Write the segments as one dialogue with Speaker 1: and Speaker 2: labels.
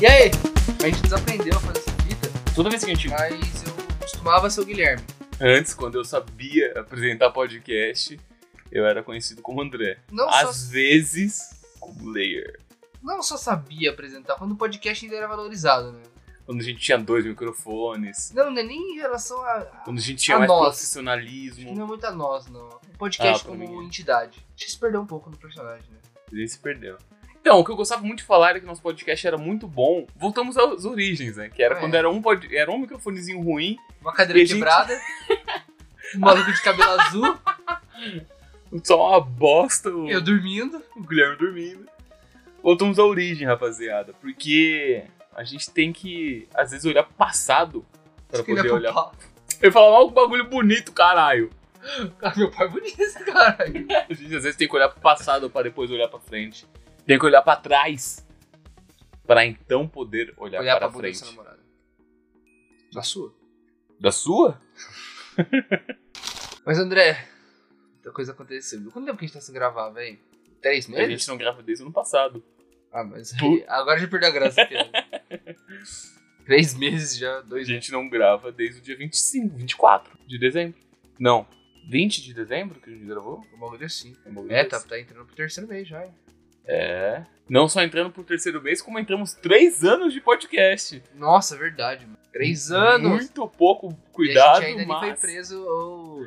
Speaker 1: E aí? A gente desaprendeu a fazer essa fita,
Speaker 2: Toda vez que a gente.
Speaker 1: mas eu costumava ser o Guilherme.
Speaker 2: Antes, quando eu sabia apresentar podcast, eu era conhecido como André.
Speaker 1: Não, só,
Speaker 2: Às vezes, como Layer.
Speaker 1: não só sabia apresentar, quando o podcast ainda era valorizado, né?
Speaker 2: Quando a gente tinha dois microfones.
Speaker 1: Não, não é nem em relação a.
Speaker 2: Quando a gente tinha
Speaker 1: A
Speaker 2: mais
Speaker 1: nós.
Speaker 2: profissionalismo.
Speaker 1: Não é muito a nós, não. O podcast
Speaker 2: Ah, pra
Speaker 1: como
Speaker 2: mim é.
Speaker 1: entidade. A gente se perdeu um pouco no personagem, né?
Speaker 2: A gente se perdeu. Então, o que eu gostava muito de falar era que nosso podcast era muito bom. Voltamos às origens, né? Que era
Speaker 1: É.
Speaker 2: quando era um, pod... era um microfonezinho ruim,
Speaker 1: Uma cadeira
Speaker 2: E a gente-
Speaker 1: quebrada, um maluco de cabelo azul,
Speaker 2: só uma bosta. o-
Speaker 1: eu dormindo.
Speaker 2: o Guilherme dormindo. Voltamos à origem, rapaziada, porque a gente tem que, às vezes, olhar pro passado pra
Speaker 1: Escrevi
Speaker 2: poder
Speaker 1: pro
Speaker 2: olhar.
Speaker 1: pau.
Speaker 2: Eu falava, olha que bagulho bonito, caralho.
Speaker 1: Ah, meu pai é bonito, cara.
Speaker 2: A gente, às vezes, tem que olhar pro passado pra depois olhar pra frente. Tem que olhar pra trás pra então poder olhar,
Speaker 1: Olhar pra
Speaker 2: para
Speaker 1: bunda da
Speaker 2: frente.
Speaker 1: sua namorada. Da sua.
Speaker 2: Da sua?
Speaker 1: Mas André, muita coisa aconteceu. viu? Quanto tempo que a gente tá sem gravar, velho? Três
Speaker 2: A
Speaker 1: meses?
Speaker 2: gente tá não grava desde o ano passado.
Speaker 1: Ah, mas
Speaker 2: Tu-
Speaker 1: agora já perdeu a graça. Pedro. Três meses já,
Speaker 2: A
Speaker 1: dois meses.
Speaker 2: gente não grava desde o dia 25, 24 de dezembro. Não, 20 de dezembro que a gente gravou?
Speaker 1: O bagulho assim. É,
Speaker 2: É,
Speaker 1: tá, tá entrando pro terceiro mês já. hein?
Speaker 2: É. Não só entrando pro terceiro mês, como entramos três anos de podcast.
Speaker 1: Nossa, verdade, mano. Três anos.
Speaker 2: Muito pouco
Speaker 1: e
Speaker 2: Hum, cuidado,
Speaker 1: a gente ainda
Speaker 2: mas...
Speaker 1: nem foi preso ou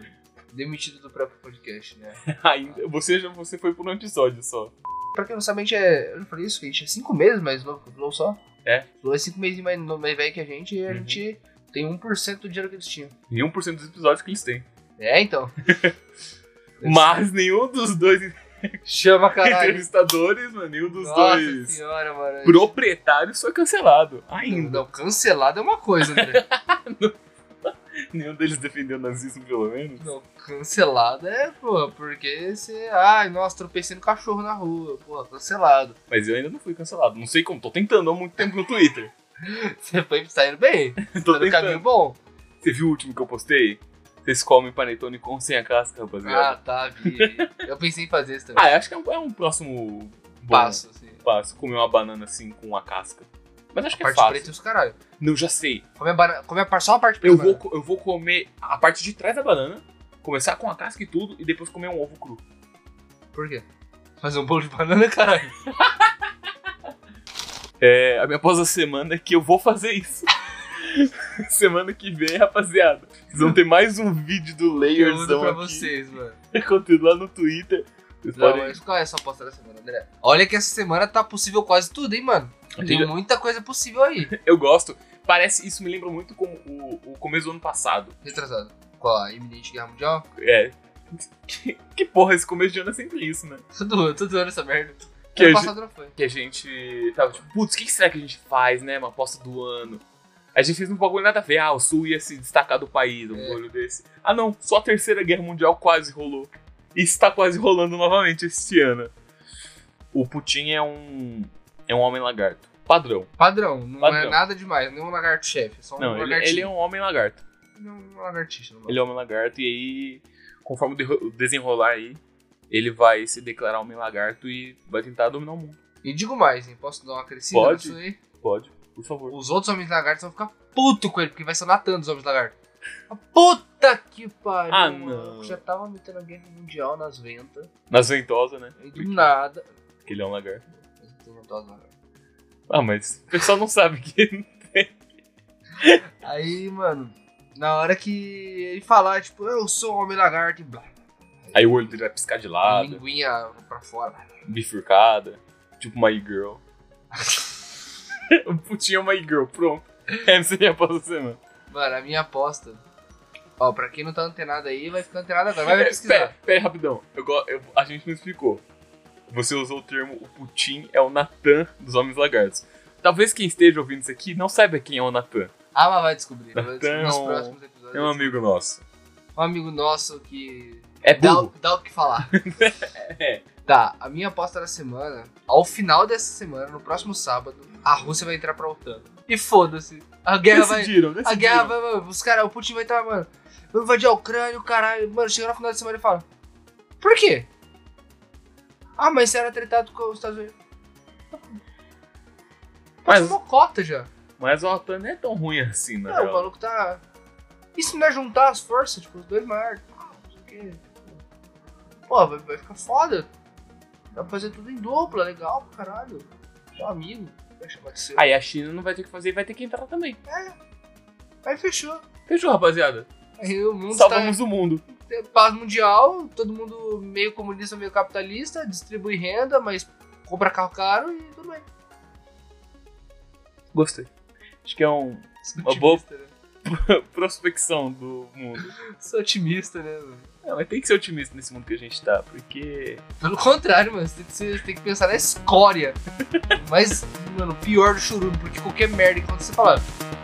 Speaker 1: demitido do próprio podcast, né?
Speaker 2: ainda, você, já, você foi por um episódio só.
Speaker 1: pra quem não sabe, a gente é. Eu não falei isso, que a gente é cinco meses mais novo que o Flow só.
Speaker 2: É.
Speaker 1: O Flow é cinco meses mais, no- mais velho que a gente e a
Speaker 2: Uhum.
Speaker 1: gente tem 1% do dinheiro que eles tinham.
Speaker 2: E 1% dos episódios que eles têm.
Speaker 1: É, então.
Speaker 2: Mas nenhum dos dois
Speaker 1: Chama caralho.
Speaker 2: entrevistadores, mano, nenhum dos
Speaker 1: Nossa
Speaker 2: dois
Speaker 1: senhora, mano.
Speaker 2: proprietários foi cancelado.
Speaker 1: Não,
Speaker 2: Ainda.
Speaker 1: não, cancelado é uma coisa, André.
Speaker 2: Nenhum deles defendeu o nazismo, pelo menos.
Speaker 1: não, cancelado é, porra, porque você. Ai, nossa, tropecei no cachorro na rua. Porra, cancelado.
Speaker 2: Mas eu ainda não fui cancelado. Não sei como, tô tentando há muito tempo no Twitter.
Speaker 1: Você foi saindo bem.
Speaker 2: tô
Speaker 1: Tá no caminho
Speaker 2: tentando.
Speaker 1: bom.
Speaker 2: Você viu o último que eu postei? Vocês comem panetone com ou sem a casca, rapaziada.
Speaker 1: Ah, tá, vi. Eu pensei em fazer isso também.
Speaker 2: Ah, eu acho que é um, é um próximo Ah, bom
Speaker 1: Passo, assim.
Speaker 2: passo, Comer uma banana assim com a casca. Mas acho que é
Speaker 1: Parte
Speaker 2: fácil.
Speaker 1: preta e os caralho.
Speaker 2: Não, já sei.
Speaker 1: Come a bana- come a par- só a parte preta.
Speaker 2: Eu
Speaker 1: mano.
Speaker 2: vou, co- eu vou comer a parte de trás da banana, começar com a casca e tudo, e depois comer um ovo cru.
Speaker 1: Por quê? Fazer um bolo de banana, caralho.
Speaker 2: É, a minha pós da semana é que eu vou fazer isso. semana que vem, rapaziada. Vocês vão ter mais um vídeo do
Speaker 1: Conteúdo
Speaker 2: Layerzão
Speaker 1: pra
Speaker 2: aqui.
Speaker 1: vocês, mano.
Speaker 2: Conteúdo lá no Twitter. Vocês
Speaker 1: Não,
Speaker 2: podem...
Speaker 1: mas qual é a sua aposta da semana, André? Olha que essa semana tá possível quase tudo, hein, mano.
Speaker 2: Tem-
Speaker 1: Tem muita coisa possível aí.
Speaker 2: Eu gosto. Parece, isso me lembra muito como o, o começo do ano passado.
Speaker 1: Retrasado. Qual a iminente guerra mundial?
Speaker 2: É. Que, que porra, esse começo de ano é sempre isso, né?
Speaker 1: Todo ano, todo ano essa merda.
Speaker 2: Que
Speaker 1: ano
Speaker 2: a
Speaker 1: passado não foi.
Speaker 2: Que a gente tava tipo, putz, o que, que será que a gente faz, né? Uma aposta do ano. A gente fez um bagulho nada a ver. Ah, o Sul ia se destacar do país, um
Speaker 1: É.
Speaker 2: bagulho desse. Ah, não, só a Terceira Guerra Mundial quase rolou. E está quase rolando novamente este ano. O Putin é um. É um homem lagarto. Padrão.
Speaker 1: Padrão, não é
Speaker 2: Padrão.
Speaker 1: nada demais, não é um lagarto-chefe, é só um
Speaker 2: Não, ele,
Speaker 1: lagartinho.
Speaker 2: ele é um homem lagarto.
Speaker 1: Não, um lagartixa, não.
Speaker 2: Ele é homem lagarto e aí, conforme o derro- o desenrolar aí, ele vai se declarar homem lagarto e vai tentar dominar o mundo.
Speaker 1: E digo mais, hein, posso dar uma crescida
Speaker 2: um- Pode.
Speaker 1: nisso aí?
Speaker 2: Pode, por favor.
Speaker 1: Os outros homens lagartos vão ficar puto com ele, porque vai ser o Natan dos homens lagartos. A Puta que pariu!
Speaker 2: Ah,
Speaker 1: mano.
Speaker 2: não.
Speaker 1: Já tava metendo a guerra mundial nas ventas.
Speaker 2: Nas ventosas, né?
Speaker 1: E do
Speaker 2: Porque
Speaker 1: nada.
Speaker 2: ele é um lagarto.
Speaker 1: Mas não tem ventosa lá.
Speaker 2: Ah, mas o pessoal não sabe que.
Speaker 1: Aí, mano, na hora que ele falar, tipo, eu sou o homem lagarto e blá.
Speaker 2: Aí o olho dele vai piscar de
Speaker 1: A
Speaker 2: lado,
Speaker 1: linguinha pra fora.
Speaker 2: bifurcada, tipo uma e-girl. o putinho é uma e-girl, pronto. Essa é a minha pausa da semana.
Speaker 1: Mano, a minha aposta. Ó, pra quem não tá antenado aí, vai ficar antenado agora. Vai
Speaker 2: É,
Speaker 1: pesquisar.
Speaker 2: Pera, pera, rapidão. Eu, go- eu- a gente não explicou. Você usou o termo o Putin é o Natan dos Homens Lagartos. Talvez quem esteja ouvindo isso aqui não saiba quem é o Natan.
Speaker 1: Ah, mas vai descobrir. Vai
Speaker 2: Então,
Speaker 1: descobrir nos próximos episódios.
Speaker 2: É um amigo nosso.
Speaker 1: Um amigo nosso que
Speaker 2: É
Speaker 1: dá, um- o-
Speaker 2: burro.
Speaker 1: dá o que falar.
Speaker 2: É.
Speaker 1: Tá, a minha aposta da semana, ao final dessa semana, no próximo sábado, a Rússia vai entrar pra OTAN. E foda-se. A guerra vai.
Speaker 2: Decidiram, decidiram.
Speaker 1: A guerra vai, mano. Os caras, o Putin vai entrar, mano. Vamos invadir a Ucrânia, o caralho. Mano, chega no final da semana e fala. Por quê? Ah, mas você era tretado com os Estados Unidos. Mas
Speaker 2: Mas-
Speaker 1: Tá uma cota já.
Speaker 2: Mas a OTAN não é tão ruim assim, na
Speaker 1: Não, o
Speaker 2: real.
Speaker 1: maluco tá. E se não é juntar as forças, tipo, os dois maiores? Ah, não sei o quê. Pô, vai, vai ficar foda. Dá pra fazer tudo em dupla, legal pra caralho. Teu amigo, vai chamar de seu.
Speaker 2: Aí a China não vai ter o que fazer e vai ter que entrar também.
Speaker 1: Aí fechou.
Speaker 2: Fechou, rapaziada.
Speaker 1: Aí o mundo tá
Speaker 2: Salvamos o mundo.
Speaker 1: tem paz mundial, todo mundo meio comunista, meio capitalista, distribui renda, mas compra carro caro e tudo bem.
Speaker 2: Gostei. Acho que é um
Speaker 1: Sou
Speaker 2: Uma boa-
Speaker 1: otimista, né?
Speaker 2: prospecção do mundo.
Speaker 1: Sou otimista, né? mano?
Speaker 2: Não, mas tem que ser otimista nesse mundo que a gente tá, porque.
Speaker 1: Pelo contrário, mano, você tem que, ser- tem que pensar na escória. Mas, mano, pior do churume, porque qualquer merda que acontecer, você fala,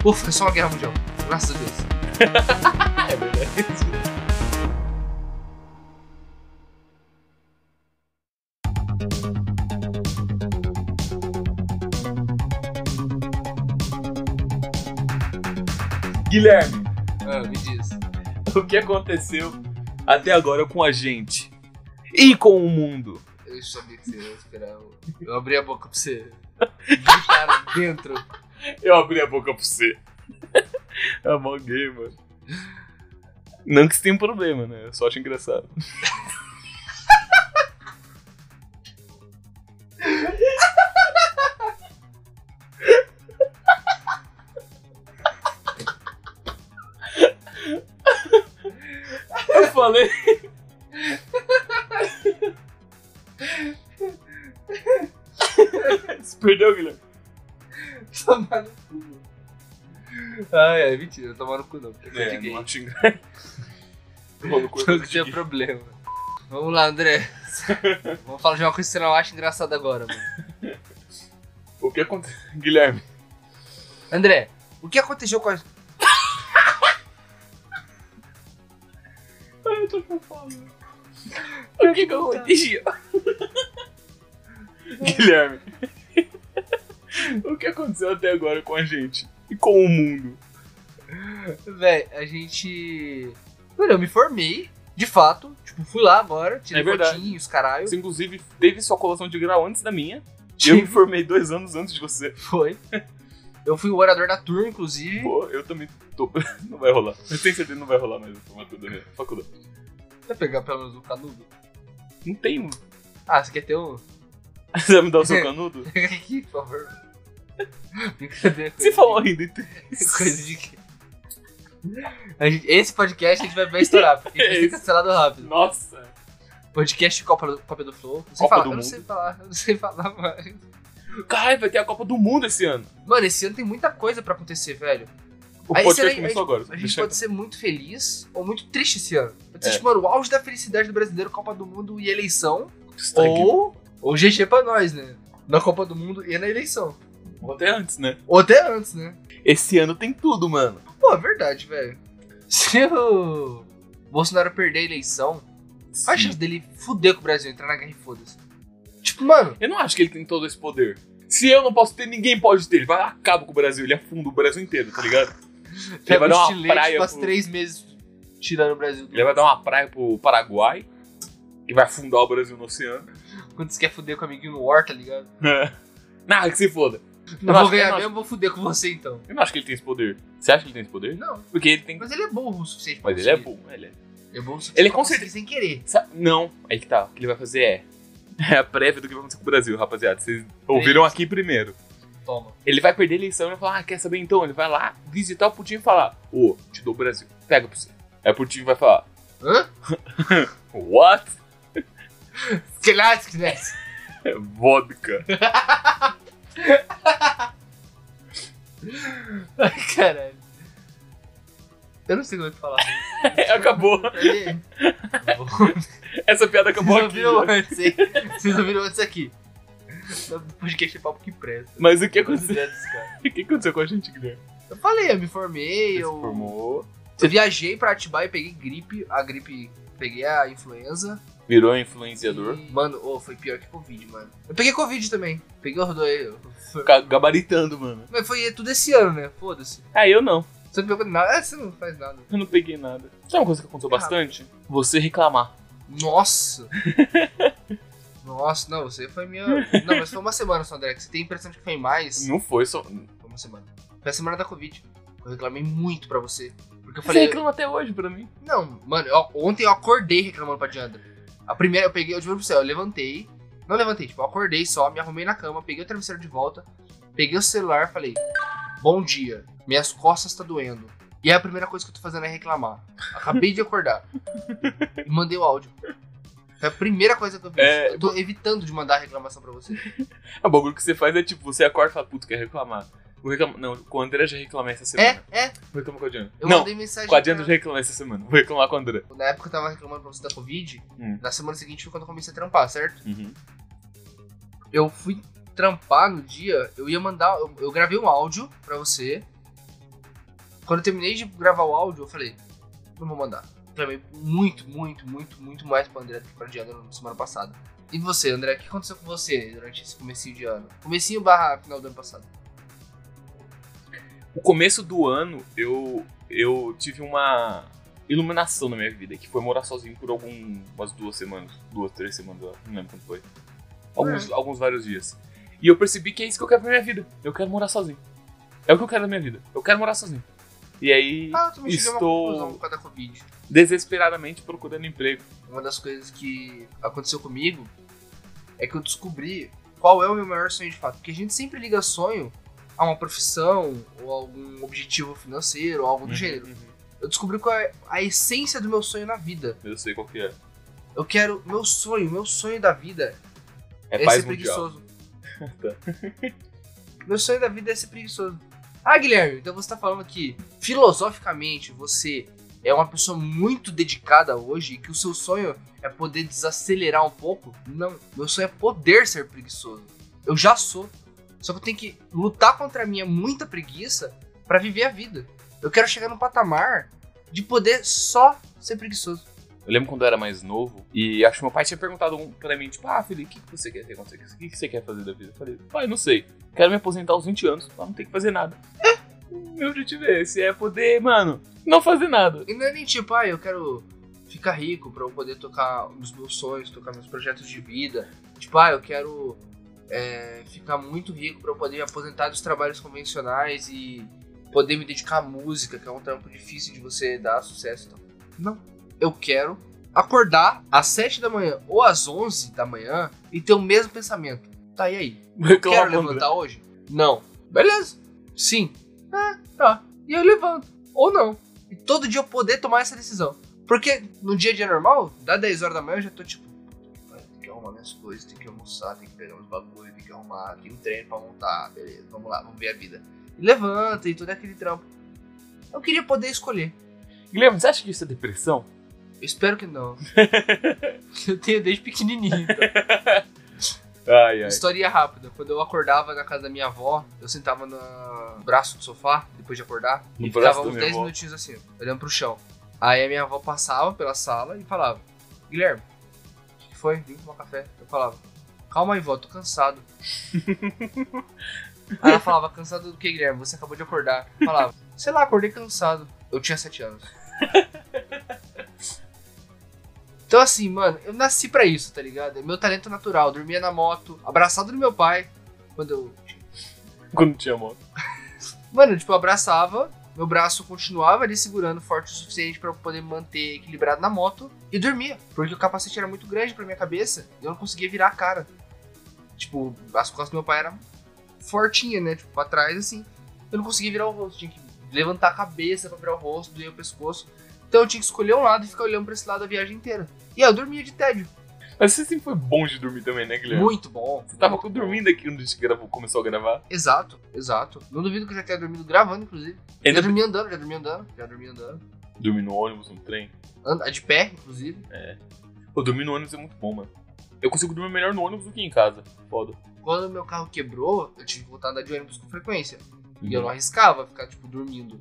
Speaker 1: ufa, é só uma guerra mundial. Graças a Deus.
Speaker 2: Ah, é verdade. Guilherme,
Speaker 1: Ah, me diz.
Speaker 2: o que aconteceu até agora com a gente e com o mundo?
Speaker 1: Eu sabia que você ia esperar. Eu, eu abri a boca pra você. Gritaram dentro.
Speaker 2: Eu abri a boca pra você. É mó gay, mano. Não que isso tenha um problema, né? Eu só acho engraçado. Eu falei. Se perdeu, Guilherme.
Speaker 1: Tomar no cu. mano. Ai, ai, mentira, tomar no cu não. Porque eu
Speaker 2: É,
Speaker 1: fiquei-
Speaker 2: não acho engraçado.
Speaker 1: Jogo que tinha problema. Vamos lá, André. Vamos falar de uma coisa que você não acha engraçada agora, mano.
Speaker 2: O que aconteceu? Guilherme.
Speaker 1: André, o que aconteceu com a.
Speaker 2: Ai, eu tô com fome. O que que aconteceu? Guilherme. O que aconteceu até agora com a gente? E com o mundo?
Speaker 1: Véi, a gente. Mano, eu me formei, de fato. Tipo, fui lá agora, tirei
Speaker 2: É verdade.
Speaker 1: fotinho, os caralho.
Speaker 2: Você, inclusive, teve sua colação de grau antes da minha. E eu me formei dois anos antes de você.
Speaker 1: Foi. Eu fui o orador da turma, inclusive.
Speaker 2: Pô, eu também tô... Não vai rolar. Eu tenho certeza que não vai rolar mais a formatura da minha faculdade.
Speaker 1: Quer pegar pelo menos um canudo?
Speaker 2: Não tem. um.
Speaker 1: Ah, você quer ter um?
Speaker 2: Você vai me dar o seu canudo?
Speaker 1: Pega aqui, por favor. Brincadeira.
Speaker 2: Você falou ainda. então.
Speaker 1: Coisa de quê? A gente- Esse podcast a gente vai, vai estourar, porque a gente vai ser
Speaker 2: Esse.
Speaker 1: cancelado rápido.
Speaker 2: Nossa.
Speaker 1: Podcast Copa do, Copa do Flow. Não sei
Speaker 2: Copa
Speaker 1: falar,
Speaker 2: do
Speaker 1: eu não
Speaker 2: Mundo.
Speaker 1: sei falar, eu não sei falar mais.
Speaker 2: Caralho, vai ter a Copa do Mundo esse ano.
Speaker 1: Mano, esse ano tem muita coisa pra acontecer, velho.
Speaker 2: O
Speaker 1: Aí, será
Speaker 2: podcast
Speaker 1: que-
Speaker 2: começou agora.
Speaker 1: A gente
Speaker 2: Deixa-
Speaker 1: pode ser muito feliz ou muito triste esse ano. Pode ser,
Speaker 2: É.
Speaker 1: tipo, mano, o auge da felicidade do brasileiro, Copa do Mundo e eleição.
Speaker 2: Isso tá aqui.
Speaker 1: Ou, ou GG pra nós, né? Na Copa do Mundo e na eleição.
Speaker 2: Ou até antes, né?
Speaker 1: Ou até antes, né?
Speaker 2: Esse ano tem tudo, mano.
Speaker 1: Pô, é verdade, velho. Se o Bolsonaro perder a eleição, qual a chance dele fuder com o Brasil, entrar na guerra e foda-se? Tipo, mano,
Speaker 2: Eu não acho que ele tem todo esse poder. Se eu não posso ter, ninguém pode ter. Ele vai acaba com o Brasil, ele afunda o Brasil inteiro, tá ligado? Ele
Speaker 1: pega
Speaker 2: vai
Speaker 1: um
Speaker 2: dar uma
Speaker 1: estilete,
Speaker 2: praia.
Speaker 1: passa
Speaker 2: Pro...
Speaker 1: três meses tirando o Brasil do
Speaker 2: Ele vai dar uma praia pro Paraguai, que vai afundar o Brasil no oceano.
Speaker 1: Quando você quer fuder com o amiguinho no War, tá ligado?
Speaker 2: Nada, que se foda.
Speaker 1: Não
Speaker 2: Eu acho
Speaker 1: vou
Speaker 2: que é
Speaker 1: ganhar
Speaker 2: não.
Speaker 1: mesmo, vou fuder com você então.
Speaker 2: Eu não acho que ele tem esse poder. Você acha que ele tem esse poder?
Speaker 1: Não,
Speaker 2: Porque ele tem.
Speaker 1: mas ele é burro o suficiente pra
Speaker 2: Mas ele é
Speaker 1: conseguir.
Speaker 2: bom. Ele é...
Speaker 1: Ele é burro o suficiente
Speaker 2: Ele
Speaker 1: pra
Speaker 2: com
Speaker 1: conseguir sem querer.
Speaker 2: Sa- Não, aí que tá. O que ele vai fazer é. É a prévia do que vai acontecer com o Brasil, rapaziada. Vocês ouviram aqui primeiro.
Speaker 1: Toma.
Speaker 2: Ele vai perder a eleição e vai falar, ah, quer saber então? Ele vai lá visitar o Putin e falar, ô, te dou o Brasil, pega pra você. Aí o Putin vai falar,
Speaker 1: Hã?
Speaker 2: what?
Speaker 1: Que lá, que lá.
Speaker 2: É vodka.
Speaker 1: Ai, caralho. Eu não sei como é que falar.
Speaker 2: acabou.
Speaker 1: Cadê?
Speaker 2: Essa piada acabou
Speaker 1: Vocês
Speaker 2: aqui.
Speaker 1: ouviram
Speaker 2: né?
Speaker 1: antes, hein? Vocês ouviram antes aqui. O podcast é papo que presta.
Speaker 2: Mas o que
Speaker 1: Os
Speaker 2: aconteceu?
Speaker 1: dedos, cara.
Speaker 2: O que aconteceu com a gente, Guilherme?
Speaker 1: Eu falei, eu me formei,
Speaker 2: Você se
Speaker 1: eu
Speaker 2: formou,
Speaker 1: Eu viajei pra Atibaia e peguei gripe. A gripe, peguei a influenza.
Speaker 2: virou influenciador,
Speaker 1: E, mano, ô, foi pior que Covid, mano. Eu peguei Covid também. Peguei os dois.
Speaker 2: fica gabaritando, mano.
Speaker 1: Mas foi tudo esse ano, né? Foda-se.
Speaker 2: Ah, eu não.
Speaker 1: Você não pegou nada. Ah, Você não faz nada.
Speaker 2: Eu não peguei nada. Sabe uma coisa que aconteceu bastante? Você reclamar.
Speaker 1: Nossa! Nossa, não, você foi minha. Não, mas foi uma semana só, André. que Você tem a impressão de que foi mais?
Speaker 2: Não foi só.
Speaker 1: Foi uma semana. Foi a semana da Covid. Eu reclamei muito pra você. Porque eu
Speaker 2: Você
Speaker 1: falei.
Speaker 2: reclama até hoje pra mim.
Speaker 1: Não, mano, eu- ontem eu acordei reclamando pra Diandra. A primeira, eu peguei, eu juro pra você, eu levantei. Não levantei, tipo, eu acordei só, me arrumei na cama, peguei o travesseiro de volta, peguei o celular, falei, bom dia, minhas costas tá doendo. E aí a primeira coisa que eu tô fazendo é reclamar. Acabei de acordar. E mandei o áudio. Foi a primeira coisa que eu fiz.
Speaker 2: É,
Speaker 1: eu tô evitando de mandar reclamação pra você.
Speaker 2: O bagulho que você faz é tipo, você acorda e fala, puto, quer reclamar. Vou reclamar. Não, com o André já reclamei essa
Speaker 1: É,
Speaker 2: semana.
Speaker 1: é,
Speaker 2: Vou reclamar com a Diana.
Speaker 1: eu
Speaker 2: Não,
Speaker 1: mandei mensagem.
Speaker 2: com a Diana eu
Speaker 1: pra-
Speaker 2: já reclamei essa semana. Vou reclamar com o André.
Speaker 1: Na época eu tava reclamando pra você da Covid.
Speaker 2: Hum.
Speaker 1: Na semana seguinte foi quando eu comecei a trampar, certo?
Speaker 2: Uhum.
Speaker 1: eu fui trampar no dia, eu ia mandar. Eu, eu gravei um áudio pra você. Quando eu terminei de gravar o áudio, eu falei, não vou mandar. Clamei muito, muito, muito, muito mais pra André do que pra Diana na semana passada. E você, André, o que aconteceu com você durante esse comecinho de ano? Comecinho barra final do ano passado.
Speaker 2: O começo do ano, eu, eu tive uma iluminação na minha vida, que foi morar sozinho por algumas duas semanas. Duas, três semanas, eu não lembro quanto foi. Alguns,
Speaker 1: É.
Speaker 2: alguns vários dias. E eu percebi que é isso que eu quero pra minha vida. Eu quero morar sozinho. É o que eu quero na minha vida. Eu quero morar sozinho. E aí,
Speaker 1: Ah, eu também cheguei a uma
Speaker 2: Estou-
Speaker 1: conclusão por causa da Covid.
Speaker 2: desesperadamente procurando emprego.
Speaker 1: Uma das coisas que aconteceu comigo é que eu descobri qual é o meu maior sonho de fato. Porque a gente sempre liga sonho a uma profissão ou a algum objetivo financeiro ou algo
Speaker 2: Uhum.
Speaker 1: do gênero. Eu descobri qual é a essência do meu sonho na vida.
Speaker 2: Eu sei qual que é.
Speaker 1: Eu quero. Meu sonho, meu sonho da vida
Speaker 2: É,
Speaker 1: é,
Speaker 2: paz
Speaker 1: ser
Speaker 2: mundial.
Speaker 1: preguiçoso. meu sonho da vida é ser preguiçoso. Ah, Guilherme, então você tá falando que filosoficamente você é uma pessoa muito dedicada hoje e que o seu sonho é poder desacelerar um pouco? Não, meu sonho é poder ser preguiçoso. Eu já sou. Só que eu tenho que lutar contra a minha muita preguiça pra viver a vida. Eu quero chegar num patamar de poder só ser preguiçoso.
Speaker 2: Eu lembro quando eu era mais novo e acho que meu pai tinha perguntado um- pra mim, tipo, ah, filho, o que que você quer ter quando você crescer? O que que você quer fazer da vida? Eu falei, pai, não sei. Quero me aposentar aos 20 anos pra não ter que fazer nada. meu objetivo é esse, é poder, mano, não fazer nada.
Speaker 1: E não é nem tipo, ah, eu quero ficar rico pra eu poder tocar os meus sonhos, tocar meus projetos de vida. Tipo, ah, eu quero é, ficar muito rico pra eu poder me aposentar dos trabalhos convencionais e poder me dedicar à música, que é um trampo difícil de você dar sucesso e tal. Não. Eu quero acordar às 7 da manhã ou às 11 da manhã e ter o mesmo pensamento. Tá, e aí?
Speaker 2: Reclamar
Speaker 1: Quero
Speaker 2: com o André.
Speaker 1: levantar hoje? Não. Beleza. Sim. Ah, tá. E eu levanto. Ou não. E todo dia eu poder tomar essa decisão. Porque no dia a dia normal, dá 10 horas da manhã, eu já tô tipo. "Cara, Tem que arrumar minhas coisas, tem que almoçar, tem que pegar uns bagulho, tem que arrumar, tem um treino pra montar, beleza, vamos lá, vamos ver a vida. E levanta e todo aquele trampo. Eu queria poder escolher.
Speaker 2: Guilherme, você acha que isso é depressão?
Speaker 1: Eu espero que não. eu tenho desde pequenininho.
Speaker 2: Ai, ai.
Speaker 1: História rápida. Quando eu acordava na casa da minha avó, eu sentava na- no braço do sofá, depois de acordar,
Speaker 2: No
Speaker 1: e
Speaker 2: braço
Speaker 1: ficava
Speaker 2: da
Speaker 1: uns
Speaker 2: minha
Speaker 1: 10
Speaker 2: avó.
Speaker 1: minutinhos assim, olhando pro chão. Aí a minha avó passava pela sala e falava, Guilherme, o que foi? Vim tomar café. Eu falava, calma aí, vó, tô cansado. aí ela falava, cansado do que, Guilherme? Você acabou de acordar. Eu falava, sei lá, acordei cansado. Eu tinha 7 anos. Então assim, mano, eu nasci pra isso, tá ligado? É meu talento natural. Eu dormia na moto, abraçado do meu pai, quando eu
Speaker 2: Quando tinha moto.
Speaker 1: Mano, tipo, eu abraçava, meu braço continuava ali segurando forte o suficiente pra eu poder manter equilibrado na moto e dormia, porque o capacete era muito grande pra minha cabeça e eu não conseguia virar a cara. Tipo, as costas do meu pai eram fortinhas, né? Tipo, pra trás assim. Eu não conseguia virar o rosto, tinha que levantar a cabeça pra virar o rosto, doer o pescoço. Então eu tinha que escolher um lado e ficar olhando pra esse lado a viagem inteira. E aí eu dormia de tédio.
Speaker 2: Mas você sempre foi bom de dormir também, né, Guilherme?
Speaker 1: Muito bom.
Speaker 2: Você tava
Speaker 1: muito bom.
Speaker 2: dormindo aqui quando a gente gravou, começou a gravar.
Speaker 1: Exato, exato. Não duvido que eu já tenha dormido gravando, inclusive. Já
Speaker 2: Ainda
Speaker 1: dormi andando, já dormi andando, já dormi andando.
Speaker 2: dormi no ônibus, no trem.
Speaker 1: Anda, de pé, inclusive.
Speaker 2: Pô, dormir no ônibus é muito bom, mano. Eu consigo dormir melhor no ônibus do que em casa. Foda.
Speaker 1: Quando meu carro quebrou, eu tive que voltar a andar de ônibus com frequência. E
Speaker 2: Uhum.
Speaker 1: eu não arriscava ficar, tipo, dormindo.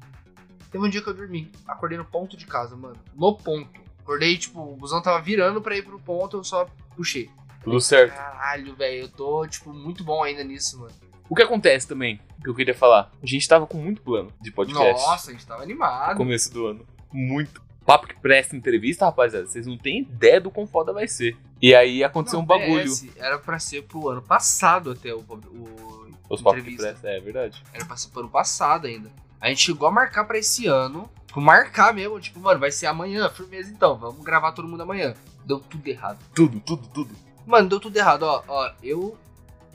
Speaker 1: Teve um dia que eu dormi. Acordei no ponto de casa, mano. No ponto. Acordei, tipo, o busão tava virando pra ir pro ponto, eu só puxei.
Speaker 2: Tudo certo.
Speaker 1: Caralho, velho, eu tô, tipo, muito bom ainda nisso, mano.
Speaker 2: O que acontece também, que eu queria falar, a gente tava com muito plano de podcast
Speaker 1: Nossa, a gente tava
Speaker 2: no
Speaker 1: animado.
Speaker 2: começo do ano. Muito. Papo que presta entrevista, rapaziada, vocês não têm ideia do quão foda vai ser. E aí aconteceu um
Speaker 1: Não,
Speaker 2: bagulho.
Speaker 1: PS, era pra ser pro ano passado até o, o
Speaker 2: Os papos que
Speaker 1: entrevista.
Speaker 2: presta, é verdade.
Speaker 1: Era pra ser pro ano passado ainda. A gente chegou a marcar pra esse ano. Tipo, marcar mesmo. Tipo, mano, vai ser amanhã, firmeza então. Vamos gravar todo mundo amanhã. Deu tudo errado.
Speaker 2: Tudo, tudo, tudo.
Speaker 1: Mano, deu tudo errado. Ó, ó, eu.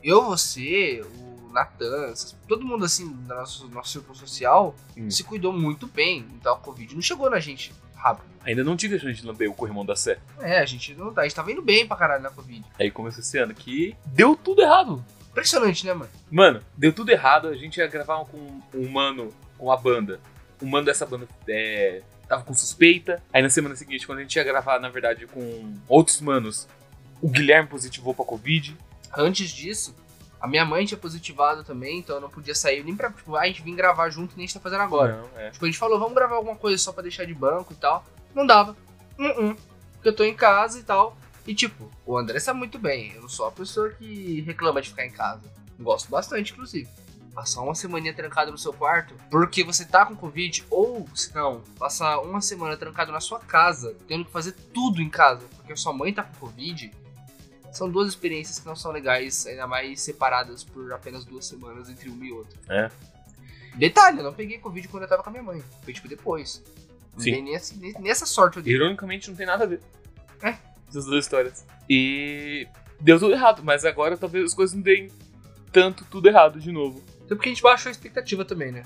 Speaker 1: Eu, você, o Natan, essas- todo mundo assim, do nosso, nosso círculo social,
Speaker 2: Hum.
Speaker 1: se cuidou muito bem. Então a Covid não chegou na gente rápido.
Speaker 2: Ainda não tive a chance de lamber o corrimão da Sé.
Speaker 1: É, a gente não tá. A gente tava indo bem pra caralho na Covid.
Speaker 2: Aí começou esse ano que deu tudo errado.
Speaker 1: Impressionante, né, mano?
Speaker 2: Mano, deu tudo errado. A gente ia gravar com um mano, com a banda. O mano dessa banda é, tava com suspeita. Aí na semana seguinte, quando a gente ia gravar, na verdade, com outros manos, o Guilherme positivou pra Covid.
Speaker 1: Antes disso, a minha mãe tinha positivado também, então eu não podia sair nem pra. Tipo, a gente vim gravar junto, nem a gente tá fazendo agora.
Speaker 2: Não, é.
Speaker 1: Tipo, a gente falou, vamos gravar alguma coisa só pra deixar de banco e tal. Não dava. Uh -uh. Porque eu tô em casa e tal. E tipo, o André sabe muito bem. Eu não sou a pessoa que reclama de ficar em casa. Gosto bastante, inclusive. Passar uma semaninha trancado no seu quarto, porque você tá com Covid, ou se não, passar uma semana trancado na sua casa, tendo que fazer tudo em casa, porque a sua mãe tá com Covid, são duas experiências que não são legais, ainda mais separadas por apenas duas semanas entre uma e outra.
Speaker 2: É.
Speaker 1: Detalhe, eu não peguei Covid quando eu tava com a minha mãe. Foi tipo depois. Não
Speaker 2: Sim.
Speaker 1: dei nem, esse- nem- nem essa sorte eu dei.
Speaker 2: Ironicamente, não tem nada a ver.
Speaker 1: É.
Speaker 2: Essas duas histórias. E deu tudo errado, mas agora talvez as coisas não deem tanto tudo errado de novo.
Speaker 1: Até É porque a gente baixou a expectativa também, né?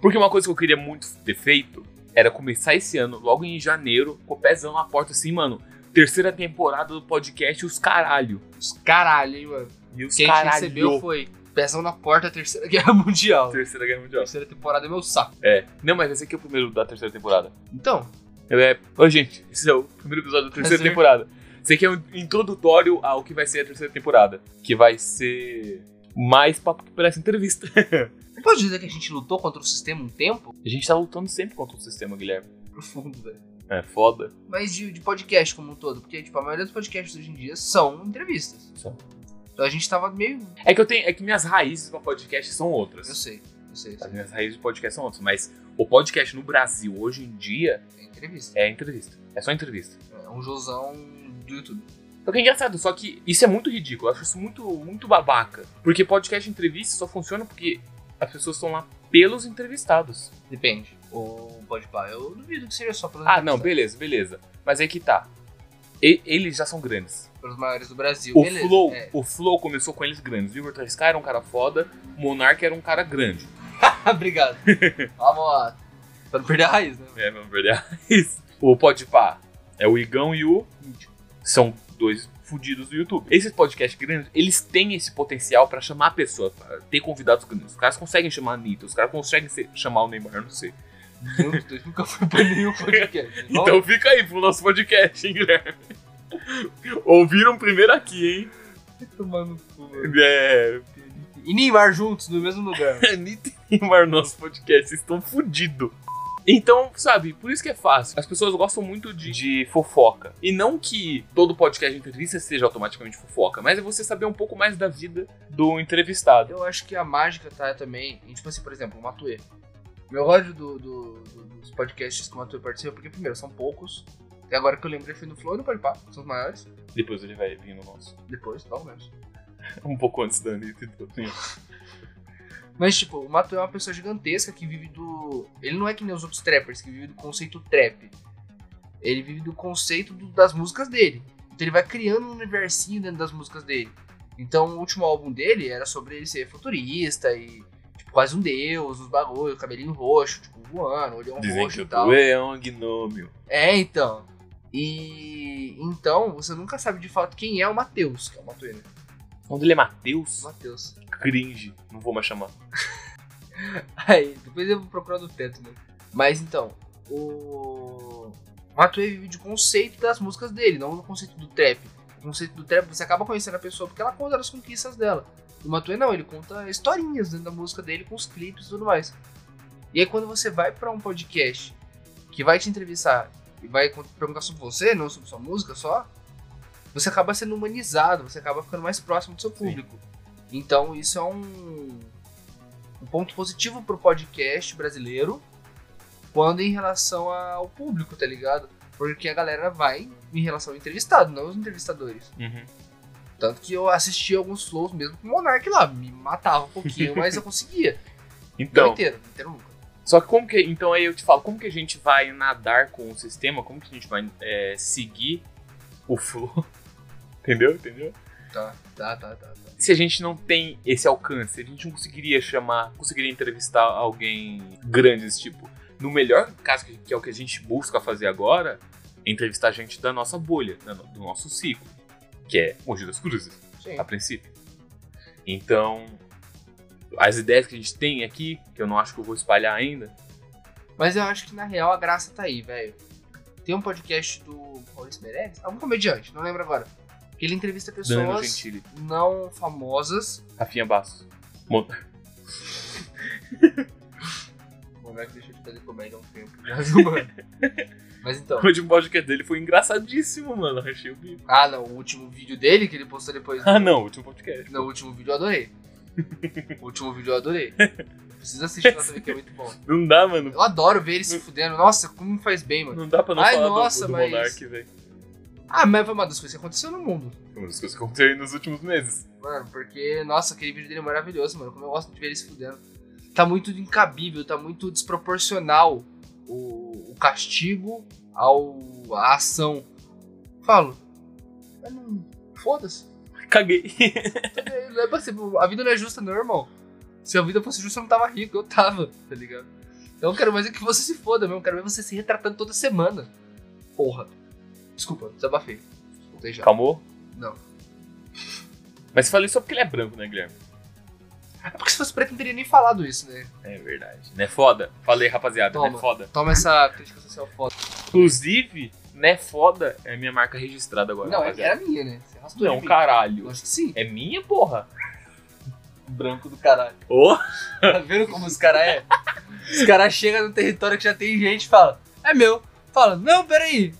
Speaker 2: Porque uma coisa que eu queria muito ter feito era começar esse ano, logo em janeiro, com o pezão na porta assim, mano. Terceira temporada do podcast, os caralho.
Speaker 1: Os caralho, hein, mano.
Speaker 2: E os
Speaker 1: O que a gente recebeu
Speaker 2: caralho.
Speaker 1: foi Pezão na Porta, Terceira Guerra Mundial.
Speaker 2: Terceira Guerra Mundial.
Speaker 1: Terceira temporada é meu saco.
Speaker 2: É. Não, mas esse aqui é o primeiro da terceira temporada.
Speaker 1: Então,
Speaker 2: É. Oi, gente. Esse é o primeiro episódio da terceira
Speaker 1: Prazer.
Speaker 2: temporada. Esse aqui é um introdutório ao que vai ser a terceira temporada. Que vai ser mais papo que parece entrevista.
Speaker 1: não pode dizer que a gente lutou contra o sistema um tempo?
Speaker 2: A gente tá lutando sempre contra o sistema, Guilherme.
Speaker 1: Profundo, velho.
Speaker 2: É foda.
Speaker 1: Mas de, de podcast como um todo, porque tipo, a maioria dos podcasts hoje em dia são entrevistas.
Speaker 2: São.
Speaker 1: Então a gente tava meio.
Speaker 2: É que eu tenho. É que minhas raízes pra podcast são outras.
Speaker 1: Eu sei, eu sei. eu
Speaker 2: As
Speaker 1: sei.
Speaker 2: minhas raízes de podcast são outras, mas o podcast no Brasil hoje em dia
Speaker 1: É entrevista.
Speaker 2: é entrevista. É só entrevista.
Speaker 1: É um Josão do YouTube.
Speaker 2: Só que é engraçado, só que isso é muito ridículo. Eu acho isso muito, muito babaca. Porque podcast e entrevista só funciona porque as pessoas estão lá pelos entrevistados.
Speaker 1: Depende. Ou pode pá. Eu duvido que seja só pelas
Speaker 2: Ah, não,
Speaker 1: entrevistas,
Speaker 2: beleza, beleza. Mas aí que tá. E- eles já são grandes.
Speaker 1: pelos maiores do Brasil.
Speaker 2: O
Speaker 1: Beleza.
Speaker 2: Flow,
Speaker 1: É.
Speaker 2: o Flow começou com eles grandes. Vitor Tascar era um cara foda, o Monark era um cara grande.
Speaker 1: Obrigado. Vamos lá. Pra não perder a raiz, né?
Speaker 2: É, vamos perder isso. O Podpah é o Igão e o Mítico. São dois fudidos do YouTube. Esses podcasts grandes, eles têm esse potencial pra chamar a pessoa, pra ter convidados grandes. Os caras conseguem chamar a Anitta, os caras conseguem ser- chamar o Neymar, eu não sei.
Speaker 1: Nenhum dos dois nunca foi pra nenhum podcast.
Speaker 2: Então fica aí pro nosso podcast, hein, Guilherme? Ouviram primeiro aqui,
Speaker 1: Vamos tomar no cu, mano.
Speaker 2: hein? É,
Speaker 1: E Neymar juntos no mesmo lugar.
Speaker 2: Anitta e Neymar no nosso podcast, vocês estão fudidos. Então, sabe, por isso que é fácil. As pessoas gostam muito de, de fofoca. E não que todo podcast de entrevista seja automaticamente fofoca, mas é você saber um pouco mais da vida do entrevistado.
Speaker 1: Eu acho que a mágica tá também. em, Tipo assim, por exemplo, o Matue. Meu ódio do- do- do- dos podcasts que o Matue participa, porque, primeiro, são poucos. E agora que eu lembrei foi no Flow e no Podpah, que são os maiores.
Speaker 2: Depois ele vai vir no nosso.
Speaker 1: Depois, né? talvez.
Speaker 2: Um pouco antes da Anitta. e do Tonho.
Speaker 1: Mas, tipo, o Matue é uma pessoa gigantesca que vive do. Ele não é que nem os outros trappers, que vive do conceito trap. Ele vive do conceito do- das músicas dele. Então ele vai criando um universinho dentro das músicas dele. Então o último álbum dele era sobre ele ser futurista e, tipo, quase um deus, os bagulhos, cabelinho roxo, tipo, voando, olhão
Speaker 2: Dizem
Speaker 1: roxo
Speaker 2: que
Speaker 1: e
Speaker 2: o
Speaker 1: tal.
Speaker 2: Tonho é um gnômio.
Speaker 1: É, então. E então, você nunca sabe de fato quem é o Matheus, que é o Matuê, né?
Speaker 2: Quando ele é Matheus,
Speaker 1: Matheus.
Speaker 2: cringe. Não vou mais chamar.
Speaker 1: Aí, depois eu vou procurar no teto, né? Mas então, o. Matuê vive de conceito das músicas dele, não do conceito do trap. O conceito do trap, você acaba conhecendo a pessoa porque ela conta as conquistas dela. O Matuê não, ele conta historinhas dentro da música dele, com os clipes e tudo mais. E aí quando você vai pra um podcast que vai te entrevistar e vai con- perguntar sobre você, não sobre sua música só, você acaba sendo humanizado, você acaba ficando mais próximo do seu público. Então isso é um, um ponto positivo pro podcast brasileiro, quando em relação ao público, tá ligado? Porque a galera vai em relação ao entrevistado, não os entrevistadores.
Speaker 2: Uhum.
Speaker 1: Tanto que eu assisti alguns flows mesmo com o Monark lá. Me matava um pouquinho, mas eu conseguia. Não
Speaker 2: Então,
Speaker 1: inteiro, não inteiro nunca.
Speaker 2: só que como que. Então aí eu te falo, como que a gente vai nadar com o sistema? Como que a gente vai é, seguir o flow? Entendeu? Entendeu?
Speaker 1: Tá, tá, tá, tá. tá.
Speaker 2: Se a gente não tem esse alcance, a gente não conseguiria chamar, conseguiria entrevistar alguém grande desse tipo. No melhor caso, que que é o que a gente busca fazer agora, é entrevistar gente da nossa bolha, da no- do nosso ciclo, que é Mogi das Cruzes.
Speaker 1: Sim.
Speaker 2: a princípio. Então, as ideias que a gente tem aqui, que eu não acho que eu vou espalhar ainda,
Speaker 1: Mas eu acho que na real a graça tá aí, velho. Tem um podcast do Maurício Meirelles, algum comediante, não lembro agora. Que ele entrevista
Speaker 2: Dano
Speaker 1: pessoas
Speaker 2: Gentili,
Speaker 1: não famosas.
Speaker 2: Rafinha Bastos. Mon-
Speaker 1: O Monark deixou de fazer comédia há um tempo já, viu, mano? Mas então.
Speaker 2: O último podcast dele foi engraçadíssimo, mano. eu Achei o bico.
Speaker 1: Ah, não, o último vídeo dele que ele postou depois.
Speaker 2: Ah, não, o último podcast.
Speaker 1: Não, o último vídeo eu adorei. O último vídeo eu adorei. Precisa assistir lá também, que é muito bom.
Speaker 2: Não dá, mano.
Speaker 1: Eu adoro ver ele se fudendo. Nossa, como me faz bem, mano.
Speaker 2: Não dá pra não
Speaker 1: Ai,
Speaker 2: falar do-
Speaker 1: nossa,
Speaker 2: do,
Speaker 1: mas-
Speaker 2: Monark, velho.
Speaker 1: Ah, mas foi uma das coisas que aconteceu no mundo.
Speaker 2: Uma das coisas que aconteceu aí nos últimos meses.
Speaker 1: Mano, porque, nossa, aquele vídeo dele é maravilhoso, mano. Como eu gosto de ver ele se fudendo. Tá muito incabível, tá muito desproporcional o, o castigo ao, à ação. Falo, mas não. Foda-se.
Speaker 2: Caguei.
Speaker 1: É, não é pra ser- a vida não é justa, não, irmão. Se a vida fosse justa, eu não tava rico, eu tava, tá ligado? Então eu quero mais é que você se foda mesmo, eu quero ver você se retratando toda semana. Porra. Desculpa, desabafei. Voltei já.
Speaker 2: Calmou?
Speaker 1: Não.
Speaker 2: Mas falei só porque ele é branco, né, Guilherme?
Speaker 1: É porque se fosse preto, não teria nem falado isso, né?
Speaker 2: É verdade. Né, foda? Falei, rapaziada, né,
Speaker 1: Toma.
Speaker 2: foda.
Speaker 1: Toma essa crítica social foda.
Speaker 2: Inclusive, né, foda é minha marca registrada agora,
Speaker 1: Não,
Speaker 2: rapaziada.
Speaker 1: era minha, né? Você arrastou
Speaker 2: Não,
Speaker 1: em mim. Eu
Speaker 2: caralho.
Speaker 1: acho que sim.
Speaker 2: É minha, porra.
Speaker 1: É Branco do caralho.
Speaker 2: Ô,
Speaker 1: Tá vendo como os caras é? Os caras chegam no território que já tem gente e falam, é meu. Fala, não, peraí.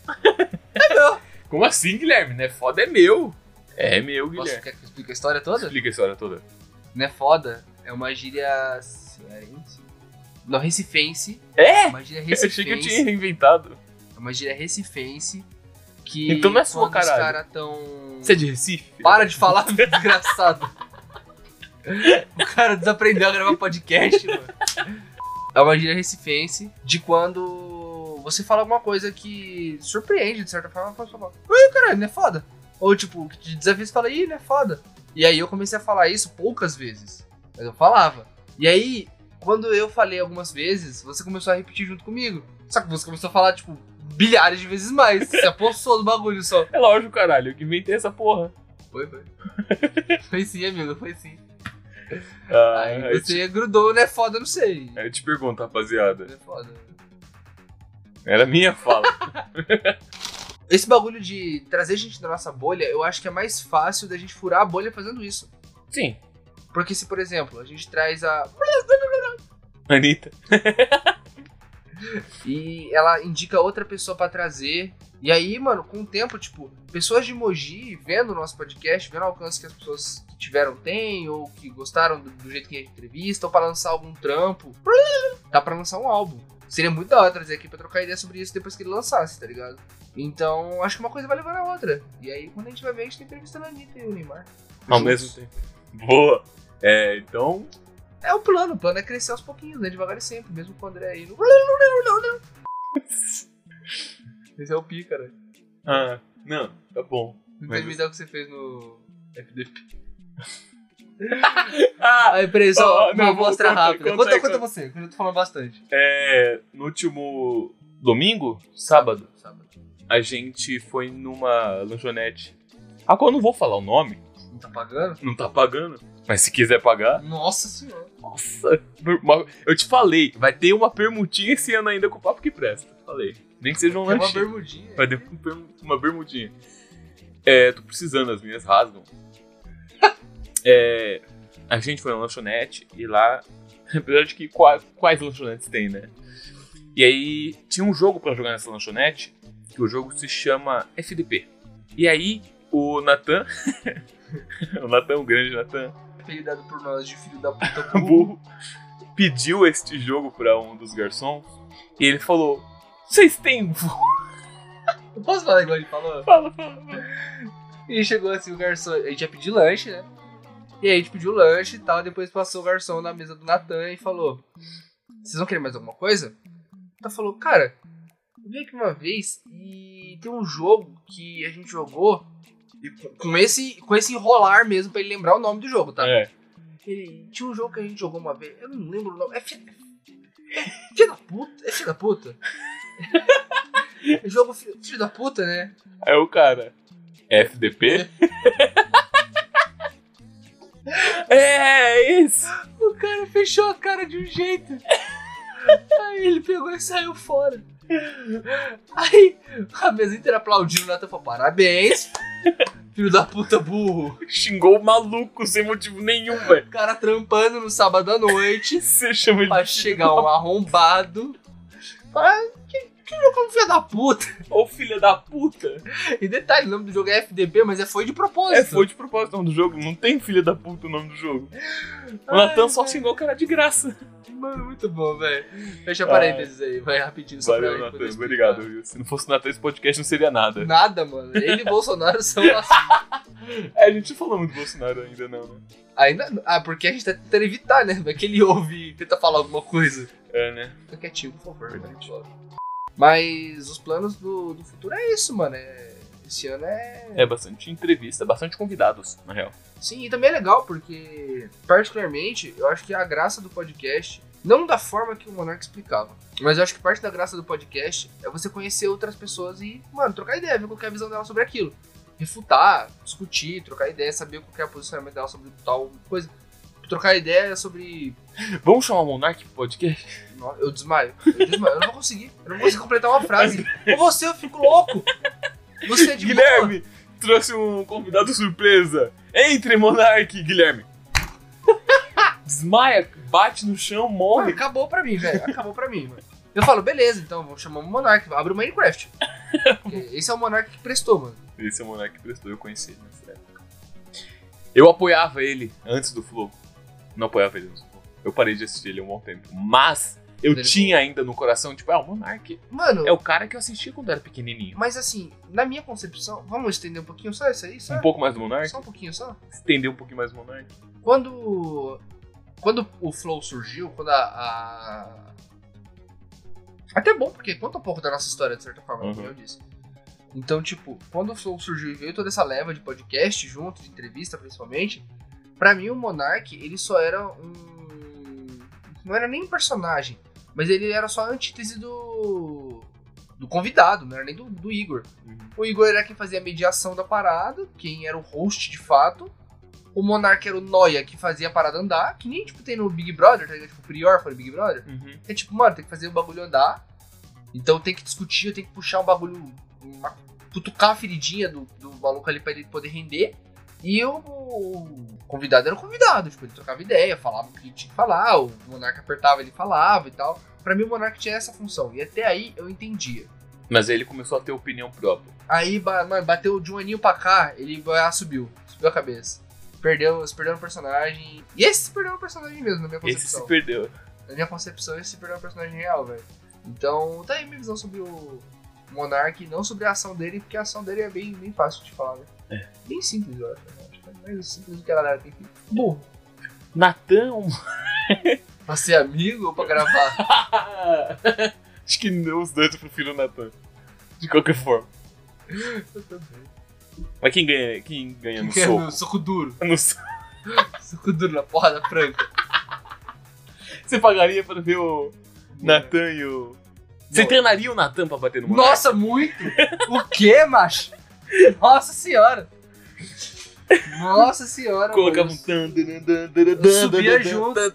Speaker 2: como assim, Guilherme? Não é foda, é meu. É meu,
Speaker 1: Posso,
Speaker 2: Guilherme.
Speaker 1: quer que eu explique a história toda?
Speaker 2: Explica a história toda.
Speaker 1: Não é foda, é uma gíria cearense. Não, recifense.
Speaker 2: É?
Speaker 1: Uma gíria
Speaker 2: Eu achei que eu
Speaker 1: recifense.
Speaker 2: tinha inventado.
Speaker 1: É uma gíria recifense que.
Speaker 2: Então não é sua,
Speaker 1: quando os
Speaker 2: caralho.
Speaker 1: caras tão.
Speaker 2: Você é de Recife?
Speaker 1: Para de falar, desgraçado. O cara desaprendeu a gravar podcast, mano. É uma gíria recifense de quando você fala alguma coisa que surpreende, de certa forma, a pessoa fala, Ui, caralho, não é foda. Ou tipo, que te desafia você fala, ih, não é foda. E aí eu comecei a falar isso poucas vezes. Mas eu falava. E aí, quando eu falei algumas vezes, você começou a repetir junto comigo. Só que você começou a falar, tipo, bilhares de vezes mais. Você apostou no bagulho só.
Speaker 2: É lógico, caralho. Eu que inventei essa porra.
Speaker 1: Foi, foi. foi sim, amigo, foi sim.
Speaker 2: Ah, É
Speaker 1: Aí
Speaker 2: eu, te,
Speaker 1: você grudou, né? Foda, eu não sei.
Speaker 2: eu te pergunto, rapaziada.
Speaker 1: Né, foda.
Speaker 2: Era minha fala.
Speaker 1: Esse bagulho de trazer gente da nossa bolha, eu acho que é mais fácil da gente furar a bolha fazendo isso.
Speaker 2: Sim.
Speaker 1: Porque se, por exemplo, a gente traz a.
Speaker 2: Anitta.
Speaker 1: E ela indica outra pessoa pra trazer. E aí, mano, com o tempo, tipo, pessoas de Mogi vendo o nosso podcast, vendo o alcance que as pessoas que tiveram têm, ou que gostaram do, do jeito que a gente entrevista, ou pra lançar algum trampo. Dá pra lançar um álbum. Seria muito da hora trazer aqui pra trocar ideia sobre isso depois que ele lançasse, tá ligado? Então, acho que uma coisa vai levando a outra. E aí, quando a gente vai ver, a gente tá entrevistando a Anitta e o Neymar.
Speaker 2: Ao mesmo tempo. Boa. É, então...
Speaker 1: É o plano, o plano é crescer aos pouquinhos, né? Devagar e sempre, mesmo com o André aí. Esse é o pica, né?
Speaker 2: Ah, não. Tá bom.
Speaker 1: Não
Speaker 2: Mas-
Speaker 1: tem ideia o que você fez no FDP.
Speaker 2: Ah,
Speaker 1: Aí, peraí, só
Speaker 2: Ah,
Speaker 1: uma
Speaker 2: não,
Speaker 1: amostra
Speaker 2: conta aí,
Speaker 1: rápida.
Speaker 2: conta
Speaker 1: Conta,
Speaker 2: aí,
Speaker 1: conta,
Speaker 2: conta.
Speaker 1: você, que eu já tô falando bastante.
Speaker 2: é... No último... Domingo? Sábado.
Speaker 1: Sábado.
Speaker 2: a gente foi numa lanchonete. A qual eu não vou falar o nome,
Speaker 1: Não tá pagando?
Speaker 2: não tá pagando. Mas se quiser pagar,
Speaker 1: Nossa senhora.
Speaker 2: nossa, per- uma- eu te falei, vai ter uma permutinha esse ano ainda com o papo que presta. Falei. Nem que seja um
Speaker 1: É uma
Speaker 2: lanche.
Speaker 1: bermudinha.
Speaker 2: Vai ter um per- uma bermudinha. É, tô precisando, as minhas rasgam. É, a gente foi na lanchonete e lá. Apesar de que qua- quais lanchonetes tem, né? E aí tinha um jogo pra jogar nessa lanchonete, que o jogo se chama FDP. E aí o Natan. o Natan, o grande Natan,
Speaker 1: Apelidado por nós de filho da puta
Speaker 2: o
Speaker 1: burro.
Speaker 2: burro, pediu este jogo pra um dos garçons e ele falou: Vocês têm voo?
Speaker 1: Eu posso falar igual ele falou?
Speaker 2: Fala, fala, fala.
Speaker 1: E chegou assim o garçom. A gente ia pedir lanche, né? E aí a gente pediu lanche e tal. Depois passou o garçom na mesa do Natan e falou: Vocês vão querer mais alguma coisa? Natan falou: Cara, eu vim aqui uma vez e tem um jogo que a gente jogou. e com- com esse, com esse enrolar mesmo pra ele lembrar o nome do jogo, tá?
Speaker 2: É.
Speaker 1: Ele- tinha um jogo que a gente jogou uma vez, eu não lembro o nome. É filha, é filha da puta? É filha da puta? É jogo filho, filho da puta, né?
Speaker 2: Aí o cara. FDP? é, é isso.
Speaker 1: O cara fechou a cara de um jeito. Aí ele pegou e saiu fora. Aí a mesa inteira aplaudindo, o Nathan falou: parabéns, filho da puta burro.
Speaker 2: Xingou o maluco sem motivo nenhum, velho.
Speaker 1: O cara trampando no sábado à noite
Speaker 2: Você chama ele
Speaker 1: pra
Speaker 2: de
Speaker 1: chegar um arrombado. Fala, que, que jogo é um filho da puta?
Speaker 2: Ô filha da puta.
Speaker 1: E detalhe, o nome do jogo é FDB, mas é foi de propósito.
Speaker 2: É, foi de propósito o nome do jogo. Não tem filha da puta o nome do jogo. O
Speaker 1: Ai,
Speaker 2: Natan só
Speaker 1: velho.
Speaker 2: xingou o cara de graça.
Speaker 1: Mano, muito bom, velho. Fecha parênteses aí, vai rapidinho. Só
Speaker 2: Ah, Valeu,
Speaker 1: pra eu poder
Speaker 2: Natan.
Speaker 1: explicar.
Speaker 2: Obrigado. viu? Se não fosse o Natan, esse podcast não seria nada.
Speaker 1: Nada, mano. Ele e Bolsonaro são... as-
Speaker 2: É, a gente não falou muito do Bolsonaro ainda, não, né?
Speaker 1: Ainda... Ah, porque a gente tá tentando evitar, né? Vai que ele ouve e tenta falar alguma coisa.
Speaker 2: É, né?
Speaker 1: Fica quietinho, por favor.
Speaker 2: Verdade.
Speaker 1: mano. Mas os planos do, do futuro é isso, mano. É- Esse ano é...
Speaker 2: É bastante entrevista, bastante convidados, na real.
Speaker 1: Sim, e também é legal, porque, particularmente, eu acho que a graça do podcast, não da forma que o Monark explicava, mas eu acho que parte da graça do podcast é você conhecer outras pessoas e, mano, trocar ideia, ver qual que é a visão dela sobre aquilo. Refutar, discutir, trocar ideia, saber qual que é o posicionamento dela sobre tal coisa. Trocar ideia sobre.
Speaker 2: Vamos chamar o Monark pro podcast?
Speaker 1: Nossa, Eu desmaio. Eu desmaio. Eu não vou conseguir. Eu não vou conseguir completar uma frase. Com você, eu fico louco. Você é de boa.
Speaker 2: Guilherme trouxe um convidado surpresa. Entre, Monark, Guilherme. Desmaia, bate no chão,
Speaker 1: Mano,
Speaker 2: morre.
Speaker 1: acabou pra mim, velho. Acabou pra mim, mano. Eu falo, beleza, então vamos chamar o Monark, abre o Minecraft. Porque Esse é o Monark que prestou, mano.
Speaker 2: Esse é o Monark que prestou, eu conheci ele nessa época. Eu apoiava ele antes do Flow. Não apoiava ele antes do Flow. Eu parei de assistir ele há um bom tempo. Mas eu
Speaker 1: Ele-
Speaker 2: tinha ainda no coração, tipo, é o Monark.
Speaker 1: Mano,
Speaker 2: É o cara que eu assistia quando era pequenininho.
Speaker 1: mas assim, na minha concepção, vamos estender um pouquinho só isso aí, só?
Speaker 2: Um pouco mais do Monark?
Speaker 1: Só um pouquinho só?
Speaker 2: Estender um pouquinho mais o Monark.
Speaker 1: Quando. Quando o Flow surgiu, quando a. a- Até bom, porque conta um pouco da nossa história, de certa forma,
Speaker 2: Uhum.
Speaker 1: como eu disse. Então, tipo, quando o Flow surgiu e veio toda essa leva de podcast junto, de entrevista principalmente, pra mim o Monark, ele só era um. Não era nem um personagem, mas ele era só a antítese do. do convidado, não era nem do, do Igor. O Igor era quem fazia a mediação da parada, quem era o host de fato. O Monark era o Noia que fazia a parada andar, que nem tipo tem no Big Brother, tá ligado? Tipo, o Prior foi no Big Brother.
Speaker 2: Uhum.
Speaker 1: É tipo, mano, tem que fazer o bagulho andar. Então tem que discutir, tem que puxar um bagulho. Uma, cutucar a feridinha do, do maluco ali pra ele poder render. E o, o convidado era o convidado, tipo, ele trocava ideia, falava o que tinha que falar, o Monarca apertava, ele falava e tal. Pra mim o Monarca tinha essa função, e até aí eu entendia.
Speaker 2: Mas aí ele começou a ter opinião própria.
Speaker 1: Aí, ba- mano, bateu de um aninho pra cá, ele ah, subiu. Subiu a cabeça. Perdeu, se perdeu no personagem. E esse se perdeu no personagem mesmo, na minha
Speaker 2: Esse
Speaker 1: concepção.
Speaker 2: se perdeu.
Speaker 1: Na minha concepção, esse se perdeu no personagem real, velho. Então, tá aí minha visão sobre o Monark, não sobre a ação dele, porque a ação dele é bem, bem fácil de falar, né? É. Bem simples, eu acho. né? Acho que é mais simples do que a galera tem que. Burro.
Speaker 2: Natan, o
Speaker 1: Pra ser amigo ou pra gravar?
Speaker 2: Acho que não, os dois eu prefiro o Natan. De qualquer forma.
Speaker 1: eu também.
Speaker 2: Mas quem ganha, quem ganha no
Speaker 1: Quem quer no
Speaker 2: soco?
Speaker 1: soco duro.
Speaker 2: No soco.
Speaker 1: Soco duro na porra da franca.
Speaker 2: Você pagaria pra ver o
Speaker 1: Né?
Speaker 2: Natan e o. Você
Speaker 1: Não.
Speaker 2: treinaria o Natan pra bater no Monark?
Speaker 1: Nossa, muito! O que, macho? Nossa senhora! Nossa senhora!
Speaker 2: Colocava um.
Speaker 1: mano.
Speaker 2: tan, dan, dan, dan, dan,
Speaker 1: subia
Speaker 2: dan, dan,
Speaker 1: junto.
Speaker 2: dan,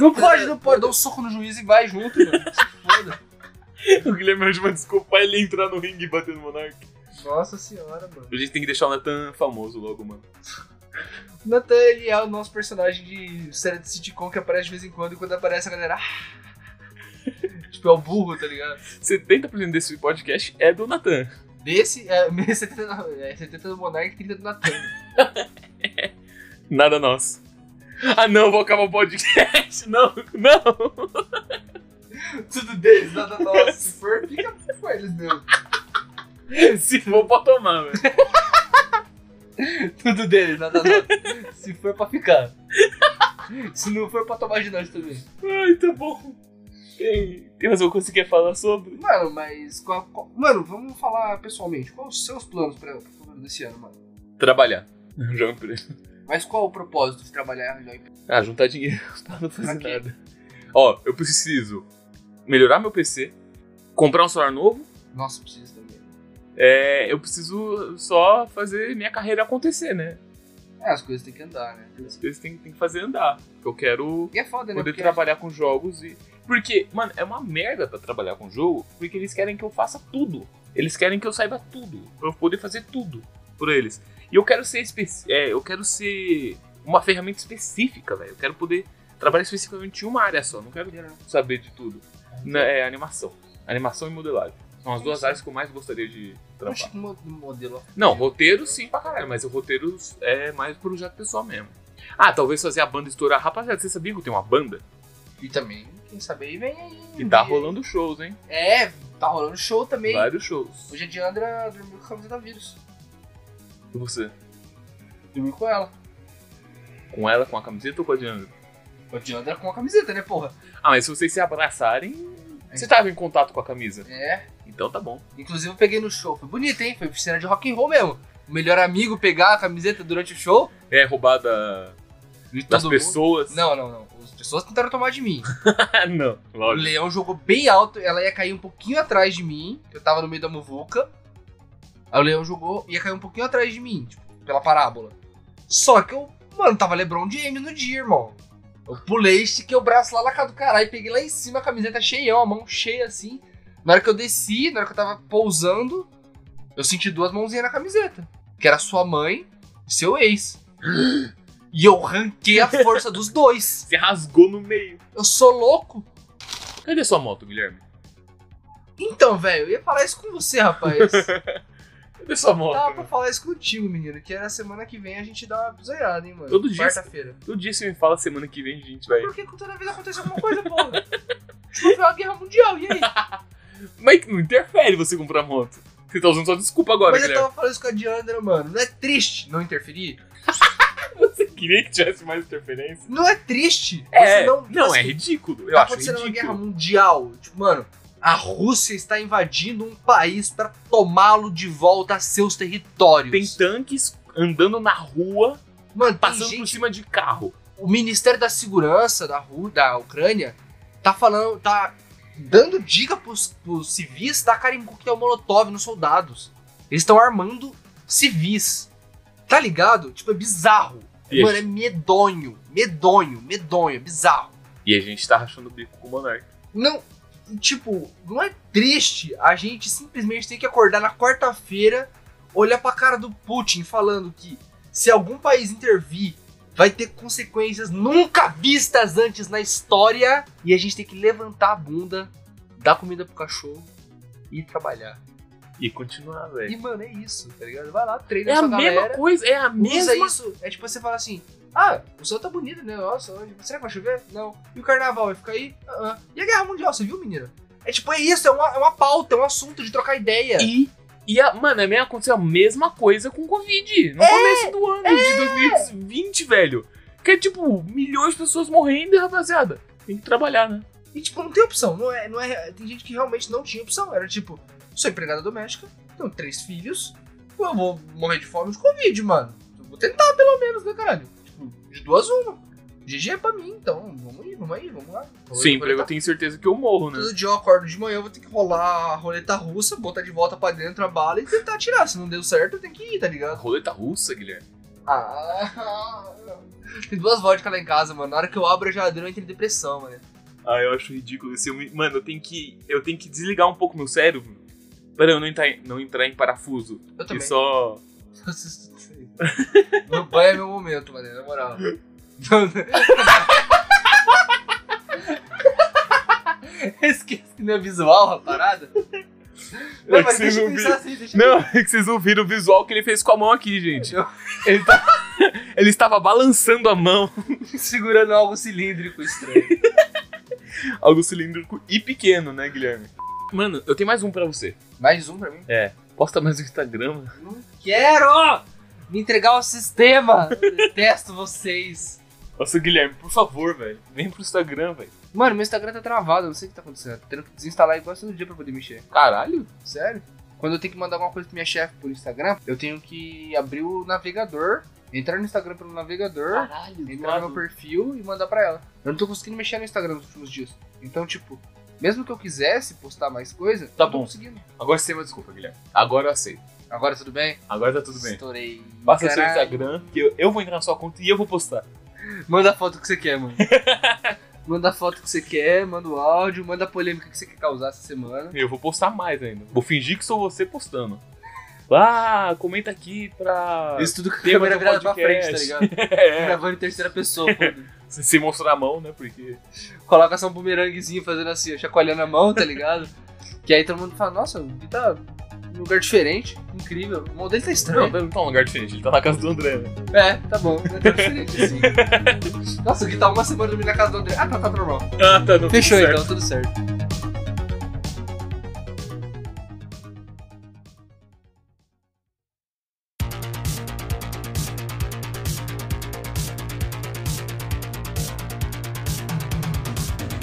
Speaker 1: Não pode, não pode. Dá um soco no juiz e vai junto, mano. Se foda.
Speaker 2: dan. O Guilherme arranja uma desculpa pra ele entrar no ringue e bater no Monark.
Speaker 1: Nossa senhora, mano.
Speaker 2: A gente tem que deixar o Natan famoso logo, mano.
Speaker 1: O Nathan, ele é o nosso personagem de série de sitcom que aparece de vez em quando e quando aparece a galera. ah. tipo, é o burro, tá ligado?
Speaker 2: 70% desse podcast é do Natan.
Speaker 1: Desse é 70, do- é 70 do Monark e 30 do Natan.
Speaker 2: Nada nosso. Ah não, vou acabar o podcast. Não, não.
Speaker 1: Tudo deles, nada nosso. Se for, fica com eles mesmo.
Speaker 2: Se Se for pra tomar, velho.
Speaker 3: Tudo dele, nada nosso. Se
Speaker 2: é
Speaker 3: for pra ficar. Se não for pra tomar de nós também.
Speaker 2: Ai, tá bom. Tem, tem mais alguma coisa que você quer falar sobre?
Speaker 1: Mano, mas. Qual, qual- mano, vamos falar pessoalmente. Quais os seus planos pra, pro futuro desse ano, mano?
Speaker 2: Trabalhar. Arranjar um emprego.
Speaker 1: Mas qual o propósito de trabalhar e arranjar um emprego?
Speaker 2: Ah, juntar dinheiro pra não fazer
Speaker 1: Pra quê?
Speaker 2: nada. Ó, eu preciso melhorar meu PC, comprar um celular novo.
Speaker 1: Nossa, precisa também.
Speaker 2: É, eu preciso só fazer minha carreira acontecer, né?
Speaker 1: É, as coisas têm que andar, né?
Speaker 2: As coisas tem, tem que fazer andar. Eu quero
Speaker 1: E é foda, né?
Speaker 2: poder
Speaker 1: Porque-
Speaker 2: trabalhar com jogos e. Porque, mano, é uma merda pra trabalhar com jogo, porque eles querem que eu faça tudo. Eles querem que eu saiba tudo. Pra eu poder fazer tudo por eles. E eu quero ser especi- é, eu quero ser uma ferramenta específica, velho. Eu quero poder trabalhar especificamente em uma área só. Não quero saber de tudo. Na- é animação. Animação e modelagem. São as duas áreas que eu mais gostaria de
Speaker 1: Eu
Speaker 2: trabalhar.
Speaker 1: achei que mo- modelo.
Speaker 2: Não, roteiro sim pra caralho, mas o roteiro é mais projeto pessoal mesmo. Ah, talvez fazer a banda estourar. Rapaziada, você sabia que eu tenho uma banda?
Speaker 1: E também, quem sabe aí vem aí.
Speaker 2: E tá
Speaker 1: E-
Speaker 2: rolando shows, hein?
Speaker 1: É, tá rolando show também.
Speaker 2: Vários shows.
Speaker 1: Hoje a Diandra dormiu com a camisa da vírus.
Speaker 2: E você?
Speaker 1: Dormiu com ela.
Speaker 2: Com ela, com a camiseta ou com a Diana?
Speaker 1: A Diandra com a camiseta, né, porra?
Speaker 2: Ah, mas se vocês se abraçarem. Você tava em contato com a camisa.
Speaker 1: É.
Speaker 2: Então tá bom.
Speaker 1: Inclusive eu peguei no show. Foi bonito, hein? Foi piscina de rock and roll mesmo. O melhor amigo pegar a camiseta durante o show.
Speaker 2: É roubada
Speaker 1: De
Speaker 2: das
Speaker 1: todo mundo.
Speaker 2: pessoas?
Speaker 1: Não, não, não. As pessoas tentaram tomar de mim.
Speaker 2: não.
Speaker 1: O
Speaker 2: Lógico.
Speaker 1: leão jogou bem alto, ela ia cair um pouquinho atrás de mim. Eu tava no meio da muvuca. Aí o leão jogou, ia cair um pouquinho atrás de mim, tipo, pela parábola. Só que eu, mano, tava LeBron James no dia, irmão. Eu pulei, estiquei o braço lá na cara do caralho, peguei lá em cima a camiseta cheião, a mão cheia assim. Na hora que eu desci, na hora que eu tava pousando, eu senti duas mãozinhas na camiseta. Que era sua mãe e seu ex. E eu ranquei a força dos dois.
Speaker 2: Você rasgou no meio.
Speaker 1: Eu sou louco.
Speaker 2: Cadê sua moto, Guilherme?
Speaker 1: Então, velho, eu ia falar isso com você, rapaz.
Speaker 2: Cadê sua
Speaker 1: Tava
Speaker 2: moto?
Speaker 1: pra falar isso contigo, menino, que era semana que vem a gente dá uma bizoiada, hein, mano.
Speaker 2: Todo dia.
Speaker 1: Quarta-feira.
Speaker 2: Todo dia você me fala semana que vem, gente, vai.
Speaker 1: Porque toda vez acontece alguma coisa, porra. Tipo, foi uma guerra mundial, e aí?
Speaker 2: Mas não interfere você comprar moto. Você tá usando só desculpa agora,
Speaker 1: Mas eu
Speaker 2: Guilherme.
Speaker 1: tava falando isso com a Diandra, mano. Não é triste não interferir?
Speaker 2: Você queria que tivesse mais interferência?
Speaker 1: Não é triste?
Speaker 2: É,
Speaker 1: Você
Speaker 2: não, é
Speaker 1: assim,
Speaker 2: ridículo. Eu
Speaker 1: Tá
Speaker 2: acho
Speaker 1: acontecendo uma guerra
Speaker 2: ridículo.
Speaker 1: mundial. Tipo, mano, a Rússia está invadindo um país pra tomá-lo de volta a seus territórios.
Speaker 2: Tem tanques andando na rua,
Speaker 1: mano, tem
Speaker 2: passando
Speaker 1: gente
Speaker 2: por cima de carro.
Speaker 1: o Ministério da Segurança da, Ru da Ucrânia tá falando, tá dando dica pros, pros civis tacarem coquetel é molotov nos soldados. Eles estão armando civis. Tá ligado? Tipo, é bizarro.
Speaker 2: E,
Speaker 1: Mano,
Speaker 2: a
Speaker 1: é
Speaker 2: gente,
Speaker 1: medonho. Medonho, medonho, é bizarro.
Speaker 2: e a gente tá rachando o bico com o Monark.
Speaker 1: Não, tipo, não é triste a gente simplesmente ter que acordar na quarta-feira, olhar pra cara do Putin falando que se algum país intervir, vai ter consequências nunca vistas antes na história e a gente tem que levantar a bunda, dar comida pro cachorro e trabalhar.
Speaker 2: E continuar, velho.
Speaker 1: E, mano, é isso, tá ligado? Vai lá, treina
Speaker 2: É a
Speaker 1: sua
Speaker 2: mesma
Speaker 1: galera.
Speaker 2: coisa, é a
Speaker 1: Usa
Speaker 2: mesma...
Speaker 1: isso, é tipo você falar assim: ah, o céu tá bonito, né? Nossa, hoje- será que vai chover? Não. E o carnaval vai ficar aí? Ah, ah. E a guerra mundial, você viu, menina? É tipo, é isso, é uma, é uma pauta, é um assunto de trocar ideia.
Speaker 2: E, e a, mano, é mesmo- aconteceu a mesma coisa com o Covid.
Speaker 1: É,
Speaker 2: No começo do ano de 2020, velho. Que é tipo, milhões de pessoas morrendo e, rapaziada, tem que trabalhar, né?
Speaker 1: E tipo, não tem opção, não é, não é. Tem gente que realmente não tinha opção. Era tipo, sou empregada doméstica, tenho três filhos, eu vou morrer de fome de Covid, mano. Eu vou tentar, pelo menos, né, caralho? Tipo, de duas uma. GG é pra mim, então vamos aí, vamos aí, vamos lá. Vou-
Speaker 2: Sim,
Speaker 1: vou
Speaker 2: emprego, eu tenho certeza que eu morro, né?
Speaker 1: Todo dia eu acordo de manhã, eu vou ter que rolar a roleta russa, botar de volta pra dentro a bala e tentar tirar. Se não deu certo, eu tenho que ir, tá ligado?
Speaker 2: Roleta russa, Guilherme.
Speaker 1: Ah, tem duas vodkas lá em casa, mano. Na hora que eu abro a geladeira, eu entro em depressão, mano.
Speaker 2: Ah, eu acho ridículo isso. Eu me- Mano, eu tenho que. Eu tenho que desligar um pouco meu cérebro. Pra eu não entrar, em- não entrar em parafuso.
Speaker 1: Eu
Speaker 2: E
Speaker 1: também.
Speaker 2: só.
Speaker 1: meu banho é meu momento, mano, na moral. Esquece que não é visual a parada. Não,
Speaker 2: que
Speaker 1: mas
Speaker 2: vocês
Speaker 1: deixa eu
Speaker 2: não
Speaker 1: pensar assim, deixa eu
Speaker 2: Não, é que vocês não viram o visual que ele fez com a mão aqui, gente.
Speaker 1: Eu-
Speaker 2: Ele, tá- ele estava balançando a mão,
Speaker 1: Segurando algo cilíndrico estranho.
Speaker 2: algo cilíndrico e pequeno, né, Guilherme? Mano, eu tenho mais um pra você.
Speaker 1: Mais um pra mim?
Speaker 2: É. Posta mais no Instagram. mano.
Speaker 1: Não quero me entregar ao sistema. Eu detesto vocês.
Speaker 2: Nossa, Guilherme, por favor, velho. Vem pro Instagram, velho.
Speaker 1: Mano, meu Instagram tá travado, eu não sei o que tá acontecendo. Tô tendo que desinstalar igual todo dia pra poder mexer.
Speaker 2: Caralho.
Speaker 1: Sério? Quando eu tenho que mandar alguma coisa pra minha chefe por Instagram, eu tenho que abrir o navegador, entrar no Instagram pelo navegador,
Speaker 2: Caralho.
Speaker 1: entrar no meu perfil e mandar pra ela. Eu não tô conseguindo mexer no Instagram nos últimos dias. Então, tipo, mesmo que eu quisesse postar mais coisa,
Speaker 2: Tá
Speaker 1: eu tô
Speaker 2: bom.
Speaker 1: conseguindo.
Speaker 2: Agora você tem uma desculpa, Guilherme. Agora eu aceito.
Speaker 1: Agora tudo bem?
Speaker 2: Agora tá tudo bem.
Speaker 1: Estourei.
Speaker 2: Passa o seu
Speaker 1: Caralho.
Speaker 2: Instagram, que eu, eu vou entrar na sua conta e eu vou postar.
Speaker 1: Manda a foto que você quer, mano. manda a foto que você quer, manda o áudio, manda a polêmica que você quer causar essa semana.
Speaker 2: Eu vou postar mais ainda. Vou fingir que sou você postando. Ah, comenta aqui pra.
Speaker 1: Isso tudo com a
Speaker 2: Tema
Speaker 1: câmera
Speaker 2: do
Speaker 1: virada pra frente, tá
Speaker 2: podcast.
Speaker 1: ligado?
Speaker 2: É,
Speaker 1: Gravando em terceira pessoa, foda.
Speaker 2: sem sem mostrar a mão, né? Porque.
Speaker 1: coloca só um bumeranguezinho fazendo assim, ó, chacoalhando a mão, tá ligado? que aí todo mundo fala, nossa, o Gui tá num lugar diferente, incrível. O mão dele tá
Speaker 2: Não,
Speaker 1: estranho.
Speaker 2: ele não tá num lugar diferente, ele tá na casa do André, né?
Speaker 1: É, tá bom, não é tão diferente assim. nossa, o Gui tá uma semana dormindo na casa do André. Ah, tá, tá normal.
Speaker 2: Ah, tá, não.
Speaker 1: Fechou
Speaker 2: certo.
Speaker 1: então, tudo certo.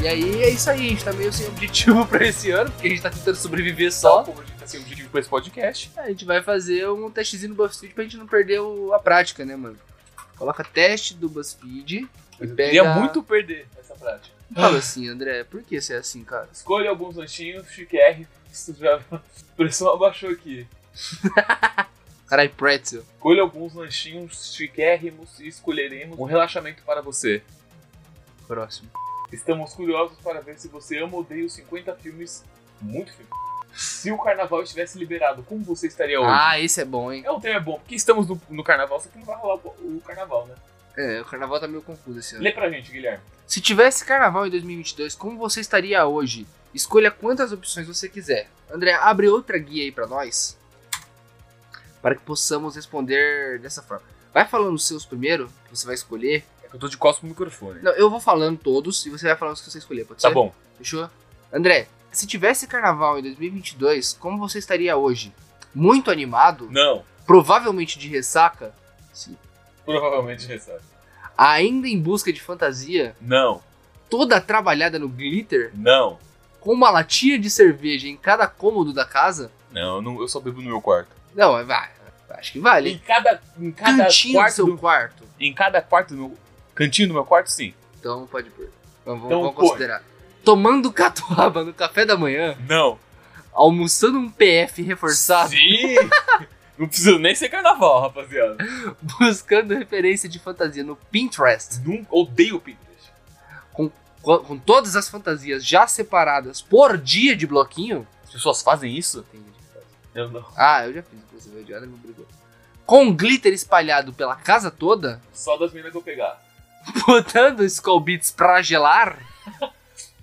Speaker 1: E aí é isso aí, a gente tá meio sem objetivo pra esse ano, porque a gente tá tentando sobreviver
Speaker 2: Só
Speaker 1: só.
Speaker 2: como a gente tá sem objetivo pra esse podcast.
Speaker 1: A gente vai fazer um testezinho do BuzzFeed pra gente não perder o- a prática, né, mano? Coloca teste do BuzzFeed e
Speaker 2: Eu
Speaker 1: pega...
Speaker 2: queria é muito perder essa prática.
Speaker 1: Fala assim, André, por que você é assim, cara?
Speaker 2: Escolha alguns lanchinhos, chique R. Isso já. A pressão abaixou aqui.
Speaker 1: Carai, pretzel.
Speaker 2: Escolha alguns lanchinhos chiquérrimos e escolheremos um relaxamento para você.
Speaker 1: Próximo.
Speaker 2: Estamos curiosos para ver se você ama ou odeia os 50 filmes. Muito filme. Se o carnaval estivesse liberado, como você estaria hoje?
Speaker 1: Ah, esse é bom, hein?
Speaker 2: É um tema bom, porque estamos no, no carnaval, só que não vai rolar o, o carnaval, né?
Speaker 1: É, o carnaval tá meio confuso esse ano.
Speaker 2: Lê pra gente, Guilherme.
Speaker 1: Se tivesse carnaval em 2022, como você estaria hoje? Escolha quantas opções você quiser. André, abre outra guia aí pra nós. Para que possamos responder dessa forma. Vai falando os seus primeiro, que você vai escolher.
Speaker 2: É que eu tô de costas pro microfone.
Speaker 1: Não, eu vou falando todos e você vai falando os que você escolher, pode
Speaker 2: tá
Speaker 1: ser?
Speaker 2: bom.
Speaker 1: Fechou? André, se tivesse carnaval em 2022, como você estaria hoje? Muito animado?
Speaker 2: Não.
Speaker 1: Provavelmente de ressaca? Sim.
Speaker 2: Provavelmente ressaca.
Speaker 1: ainda em busca de fantasia,
Speaker 2: Não.
Speaker 1: toda trabalhada no glitter,
Speaker 2: Não.
Speaker 1: com uma latinha de cerveja em cada cômodo da casa?
Speaker 2: Não, eu, não- eu só bebo no meu quarto.
Speaker 1: Não, é- vai. Acho que vale.
Speaker 2: Em cada, em cada
Speaker 1: Cantinho do
Speaker 2: quarto.
Speaker 1: seu
Speaker 2: do-
Speaker 1: quarto.
Speaker 2: em cada quarto do meu. Cantinho do meu quarto, sim.
Speaker 1: Então pode pôr. Então, vamos,
Speaker 2: Então
Speaker 1: vamos
Speaker 2: põe.
Speaker 1: considerar. Tomando catuaba no café da manhã,
Speaker 2: Não.
Speaker 1: almoçando um PF
Speaker 2: Tá.
Speaker 1: reforçado,
Speaker 2: Sim! não precisa nem ser carnaval, rapaziada.
Speaker 1: buscando referência de fantasia no Pinterest,
Speaker 2: Nunca odeio Pinterest.
Speaker 1: com, com todas as fantasias já separadas por dia de bloquinho.
Speaker 2: As pessoas fazem isso?
Speaker 1: Tem gente que faz.
Speaker 2: Eu não.
Speaker 1: Ah, eu já fiz, inclusive, a Diana me brigou. Com glitter espalhado pela casa toda,
Speaker 2: Só das meninas que eu pegar.
Speaker 1: botando Skull Beats pra gelar.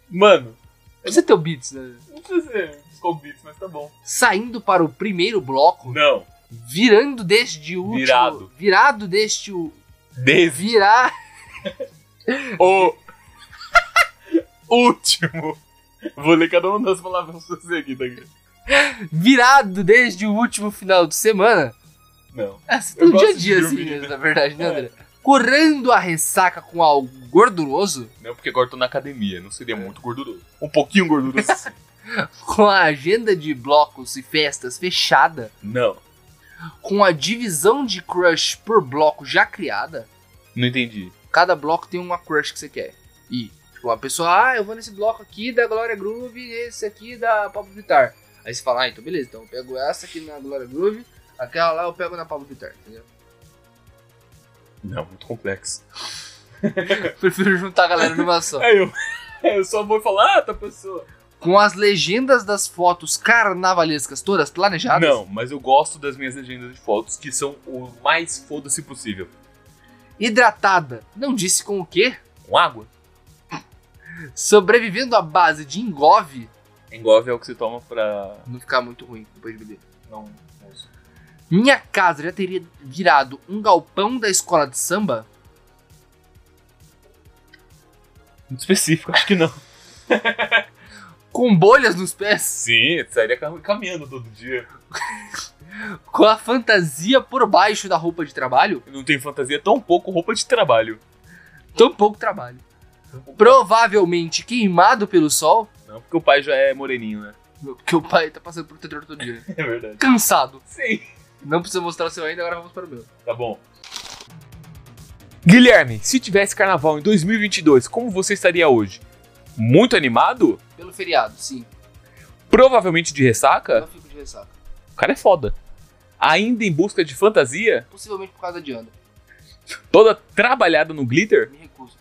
Speaker 2: Mano,
Speaker 1: Precisa ter o Beats, né?
Speaker 2: não precisa ser convites, mas tá bom.
Speaker 1: Saindo para o primeiro bloco,
Speaker 2: Não.
Speaker 1: virando deste último.
Speaker 2: Virado.
Speaker 1: Virado deste. u-
Speaker 2: Desde
Speaker 1: Virar.
Speaker 2: o último. Vou ler cada uma das palavras pra você aqui, tá?
Speaker 1: Virado desde o último final de semana.
Speaker 2: Não.
Speaker 1: É, você tá
Speaker 2: Eu
Speaker 1: no dia a
Speaker 2: gosto de
Speaker 1: dia, assim,
Speaker 2: dormir, né?
Speaker 1: na verdade, né, André? Curando a ressaca com algo gorduroso,
Speaker 2: Não, porque agora eu tô na academia, não seria muito gorduroso. Um pouquinho gorduroso sim.
Speaker 1: com a agenda de blocos e festas fechada,
Speaker 2: Não.
Speaker 1: com a divisão de crush por bloco já criada,
Speaker 2: Não entendi.
Speaker 1: cada bloco tem uma crush que você quer. E, tipo, a pessoa, ah, eu vou nesse bloco aqui da Glória Groove, esse aqui da Pablo Vittar. Aí você fala, ah, então beleza, então eu pego essa aqui na Glória Groove, aquela lá eu pego na Pablo Vittar, entendeu?
Speaker 2: Não, muito complexo.
Speaker 1: Prefiro juntar a galera numa só.
Speaker 2: É eu. Eu só vou falar, ah, tá pessoa.
Speaker 1: Com as legendas das fotos carnavalescas todas planejadas.
Speaker 2: Não, mas eu gosto das minhas legendas de fotos, que são o mais foda-se possível.
Speaker 1: Hidratada, não disse com o quê?
Speaker 2: Com água?
Speaker 1: Sobrevivendo à base de engove,
Speaker 2: Engove é o que você toma pra.
Speaker 1: não ficar muito ruim depois de beber.
Speaker 2: Não.
Speaker 1: Minha casa já teria virado um galpão da escola de samba?
Speaker 2: Muito específico, acho que não.
Speaker 1: Com bolhas nos pés,
Speaker 2: Sim, sairia cam- caminhando todo dia.
Speaker 1: com a fantasia por baixo da roupa de trabalho,
Speaker 2: Não tem fantasia, tão pouco roupa de trabalho.
Speaker 1: tão pouco trabalho. Provavelmente queimado pelo sol,
Speaker 2: Não, porque o pai já é moreninho, né?
Speaker 1: porque o pai tá passando protetor todo dia.
Speaker 2: É verdade.
Speaker 1: Cansado.
Speaker 2: Sim.
Speaker 1: Não precisa mostrar o seu ainda, agora vamos para o meu.
Speaker 2: Tá bom. Guilherme, se tivesse carnaval em 2022, como você estaria hoje? Muito animado?
Speaker 1: Pelo feriado, sim.
Speaker 2: Provavelmente de ressaca?
Speaker 1: Não fico de ressaca.
Speaker 2: O cara é foda. Ainda em busca de fantasia?
Speaker 1: Possivelmente por causa de Ana.
Speaker 2: Toda trabalhada no glitter?
Speaker 1: Me recuso.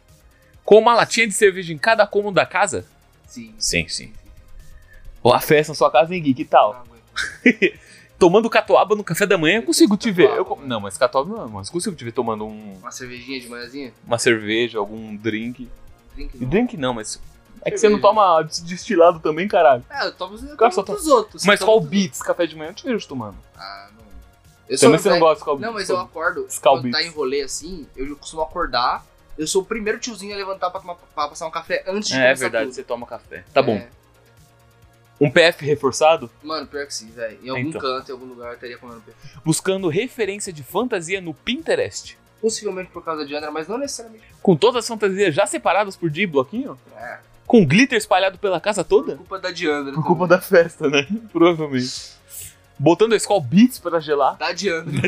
Speaker 2: Com uma latinha de cerveja em cada cômodo da casa?
Speaker 1: Sim.
Speaker 2: Sim, sim. Ou a festa na sua casa, hein, Gui? Que tal?
Speaker 1: Não aguento.
Speaker 2: Tomando catuaba no café da manhã, eu consigo te ver. Eu,
Speaker 1: Catuaba.
Speaker 2: co- não, mas catuaba não, mas consigo te ver tomando um-
Speaker 1: Uma cervejinha de manhãzinha?
Speaker 2: uma cerveja, algum drink.
Speaker 1: Drink
Speaker 2: E
Speaker 1: não.
Speaker 2: drink não, mas. É que você não toma destilado também, caralho.
Speaker 1: Ah, eu tomo, eu
Speaker 2: Cara,
Speaker 1: tomo
Speaker 2: só tá-
Speaker 1: dos outros.
Speaker 2: Mas
Speaker 1: Eu
Speaker 2: qual
Speaker 1: tomo
Speaker 2: o
Speaker 1: dos
Speaker 2: Beats? Café de manhã eu te vejo tomando.
Speaker 1: outros. Ah, não. Eu sou
Speaker 2: Também
Speaker 1: um
Speaker 2: você não
Speaker 1: velho-
Speaker 2: gosta de Skull Beats.
Speaker 1: Não, mas eu acordo.
Speaker 2: Skull
Speaker 1: quando tá
Speaker 2: Beats.
Speaker 1: em rolê assim, eu costumo acordar. Eu sou o primeiro tiozinho a levantar pra, tomar, pra passar um café antes de
Speaker 2: É, é
Speaker 1: começar
Speaker 2: verdade,
Speaker 1: tudo.
Speaker 2: você toma café. Tá bom.
Speaker 1: É.
Speaker 2: Um PF reforçado?
Speaker 1: Mano, pior que sim, velho. Em algum
Speaker 2: Então.
Speaker 1: canto, em algum lugar, eu estaria comendo peixe.
Speaker 2: Buscando referência de fantasia no Pinterest.
Speaker 1: Possivelmente por causa de Andra, mas não necessariamente.
Speaker 2: Com todas as fantasias já separadas por dia e bloquinho?
Speaker 1: É.
Speaker 2: Com glitter espalhado pela casa
Speaker 1: Por
Speaker 2: toda?
Speaker 1: culpa da Diandra.
Speaker 2: Por culpa da festa, né? Provavelmente. Botando a Skull Beats pra gelar.
Speaker 1: Da Diandra.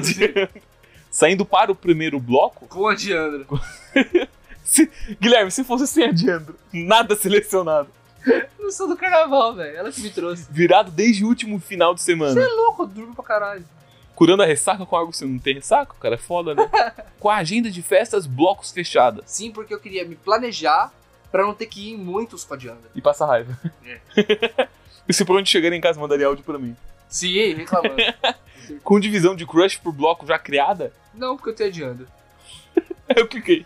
Speaker 2: Saindo para o primeiro bloco.
Speaker 1: Com a Diandra.
Speaker 2: Guilherme, se fosse sem a Diandra, nada selecionado.
Speaker 1: Eu sou do carnaval, velho. Ela que me trouxe.
Speaker 2: Virado desde o último final de semana.
Speaker 1: Você é louco, eu durmo pra caralho.
Speaker 2: Curando a ressaca com algo que você não tem ressaca, cara, é foda, né? com a agenda de festas, blocos fechada.
Speaker 1: Sim, porque eu queria me planejar pra não ter que ir em muitos com a Diandra.
Speaker 2: E passa raiva. e se por onde chegar em casa mandaria áudio pra mim.
Speaker 1: Sim, reclamando.
Speaker 2: Com divisão de crush por bloco já criada, É
Speaker 1: não, porque eu tenho a Diandra.
Speaker 2: eu cliquei.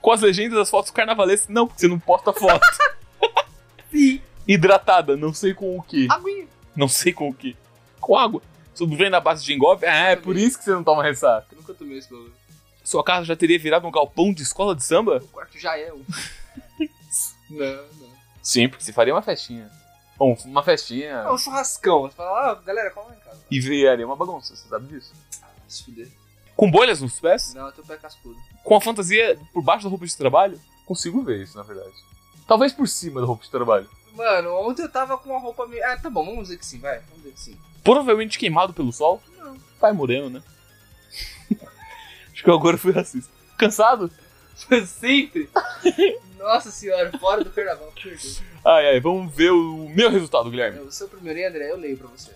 Speaker 2: Com as legendas das fotos carnavalescas, não, porque você não posta foto.
Speaker 1: Sim.
Speaker 2: Hidratada, não sei com o que.
Speaker 1: Aguinha.
Speaker 2: Não sei com o que. Com água. Sobrevivendo na base de engolfe, ah, é por isso que você não toma ressaca.
Speaker 1: Eu nunca tomei esse bagulho.
Speaker 2: Sua casa já teria virado um galpão de escola de samba?
Speaker 1: O quarto já é um. não, não.
Speaker 2: Sim, porque você faria uma festinha. Bom, uma festinha.
Speaker 1: É um churrascão. Você fala, ah, galera, cola lá em casa.
Speaker 2: E viraria uma bagunça, você sabe disso.
Speaker 1: Ah, Se fuder.
Speaker 2: Com bolhas nos pés?
Speaker 1: Não, eu tenho um pé cascudo.
Speaker 2: Com a fantasia por baixo da roupa de trabalho? Consigo ver isso, na verdade. Talvez por cima da roupa de trabalho.
Speaker 1: Mano, ontem eu tava com uma roupa meio. Ah, tá bom, vamos dizer que sim, vai. Vamos dizer que sim.
Speaker 2: Provavelmente queimado pelo sol?
Speaker 1: Não.
Speaker 2: Pai moreno, né? Acho que eu agora fui racista. Cansado?
Speaker 1: Sempre? Nossa senhora, fora do carnaval, perdeu.
Speaker 2: Ai, ai, vamos ver o meu resultado, Guilherme.
Speaker 1: O seu primeiro aí, André, eu leio pra você.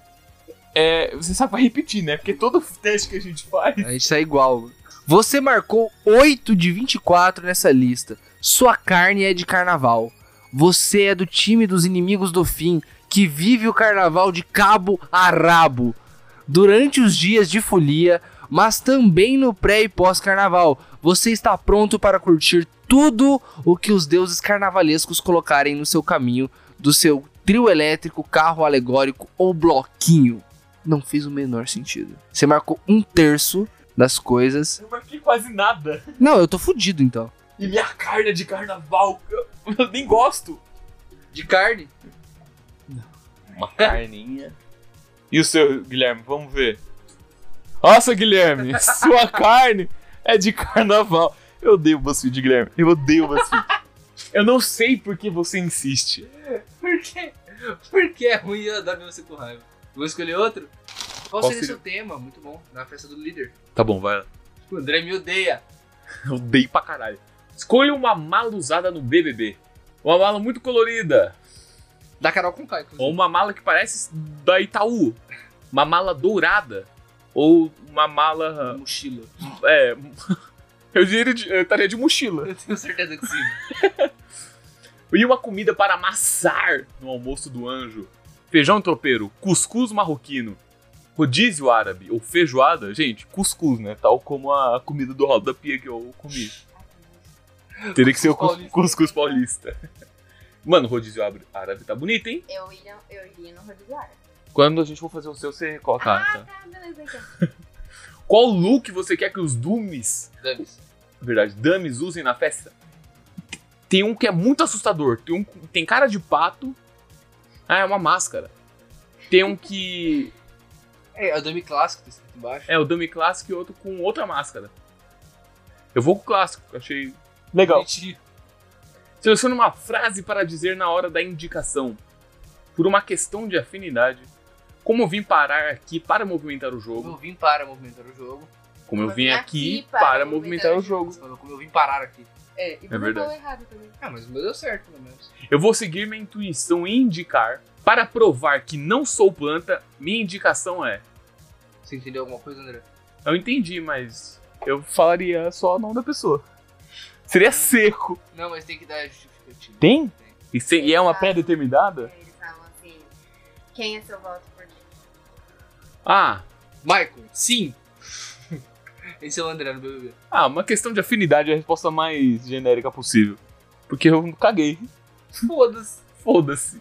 Speaker 2: É, você sabe vai repetir, né? Porque todo teste que a gente faz.
Speaker 1: A gente tá igual. Você marcou 8 de 24 nessa lista. Sua carne é de carnaval. Você é do time dos inimigos do fim, que vive o carnaval de cabo a rabo. Durante os dias de folia, mas também no pré e pós-carnaval, você está pronto para curtir tudo o que os deuses carnavalescos colocarem no seu caminho, do seu trio elétrico, carro alegórico ou bloquinho não fez o menor sentido. Você marcou um terço das coisas.
Speaker 2: Eu marquei quase nada.
Speaker 1: Não, eu tô fudido então.
Speaker 2: E minha carne é de carnaval. Eu, eu nem gosto.
Speaker 1: De carne?
Speaker 2: Uma carninha. E o seu, Guilherme? Vamos ver. Nossa, Guilherme, sua carne é de carnaval. Eu odeio o BuzzFeed, Guilherme. Eu odeio o BuzzFeed. Eu não sei por que você insiste.
Speaker 1: Por quê? Porque é ruim e eu adoro ver você com raiva. Vou escolher outro? Qual,
Speaker 2: Qual
Speaker 1: seria o
Speaker 2: seria?
Speaker 1: seu tema? Muito bom. Na festa do líder.
Speaker 2: Tá bom, vai lá.
Speaker 1: O André me odeia.
Speaker 2: Eu odeio pra caralho. Escolha uma mala usada no BBB. Uma mala muito colorida.
Speaker 1: Da Carol com Kai,
Speaker 2: Ou uma mala que parece da Itaú. Uma mala dourada. Ou uma mala.
Speaker 1: Mochila.
Speaker 2: É. Eu diria de, eu estaria de mochila.
Speaker 1: Eu tenho certeza que sim.
Speaker 2: E uma comida para amassar no almoço do anjo. Feijão tropeiro, cuscuz marroquino, rodízio árabe ou feijoada. Gente, cuscuz, né? Tal como a comida do roda da pia que eu comi. Teria que ser o cus-
Speaker 1: Cuscuz
Speaker 2: cuscuz paulista. Mano, rodízio árabe- árabe tá bonito, hein?
Speaker 4: Eu iria, eu iria no rodízio árabe.
Speaker 2: Quando a gente for fazer o seu, você coloca.
Speaker 4: ah,
Speaker 2: tá.
Speaker 4: tá. beleza. Aqui.
Speaker 2: Qual look você quer que os dummies,
Speaker 1: Davis.
Speaker 2: na verdade, dummies usem na festa? Tem um que é muito assustador. Tem, um, tem cara de pato, Ah, é uma máscara. Tem um que
Speaker 1: É, é o dummy clássico, tá escrito embaixo.
Speaker 2: é o Dummy Classic e outro com outra máscara. Eu vou com o clássico, achei É,
Speaker 1: Bonitinho.
Speaker 2: Selecione uma frase para dizer na hora da indicação. Por uma questão de afinidade, como eu vim parar aqui para movimentar o
Speaker 1: Como
Speaker 2: jogo,
Speaker 1: eu vim para movimentar o jogo.
Speaker 2: como eu vim aqui para movimentar o jogo.
Speaker 1: Você falou como eu vim parar aqui.
Speaker 4: É, e tu
Speaker 2: verdade.
Speaker 4: falou errado também.
Speaker 1: Ah, mas o meu deu certo, pelo menos.
Speaker 2: Eu vou seguir minha intuição e indicar para provar que não sou planta. Minha indicação é.
Speaker 1: Você entendeu alguma coisa, André?
Speaker 2: Eu entendi, mas eu falaria só o nome da pessoa. Seria seco.
Speaker 1: Não, mas tem que dar justificativa.
Speaker 2: Tem? E, se- e é uma pré-determinada?
Speaker 4: Aí Eles falam assim: quem é seu voto por quê?
Speaker 2: Ah,
Speaker 1: Michael, sim! Esse é o André no BBB.
Speaker 2: ah, uma questão de afinidade é a resposta mais genérica possível. Porque eu caguei.
Speaker 1: Foda-se.
Speaker 2: Foda-se.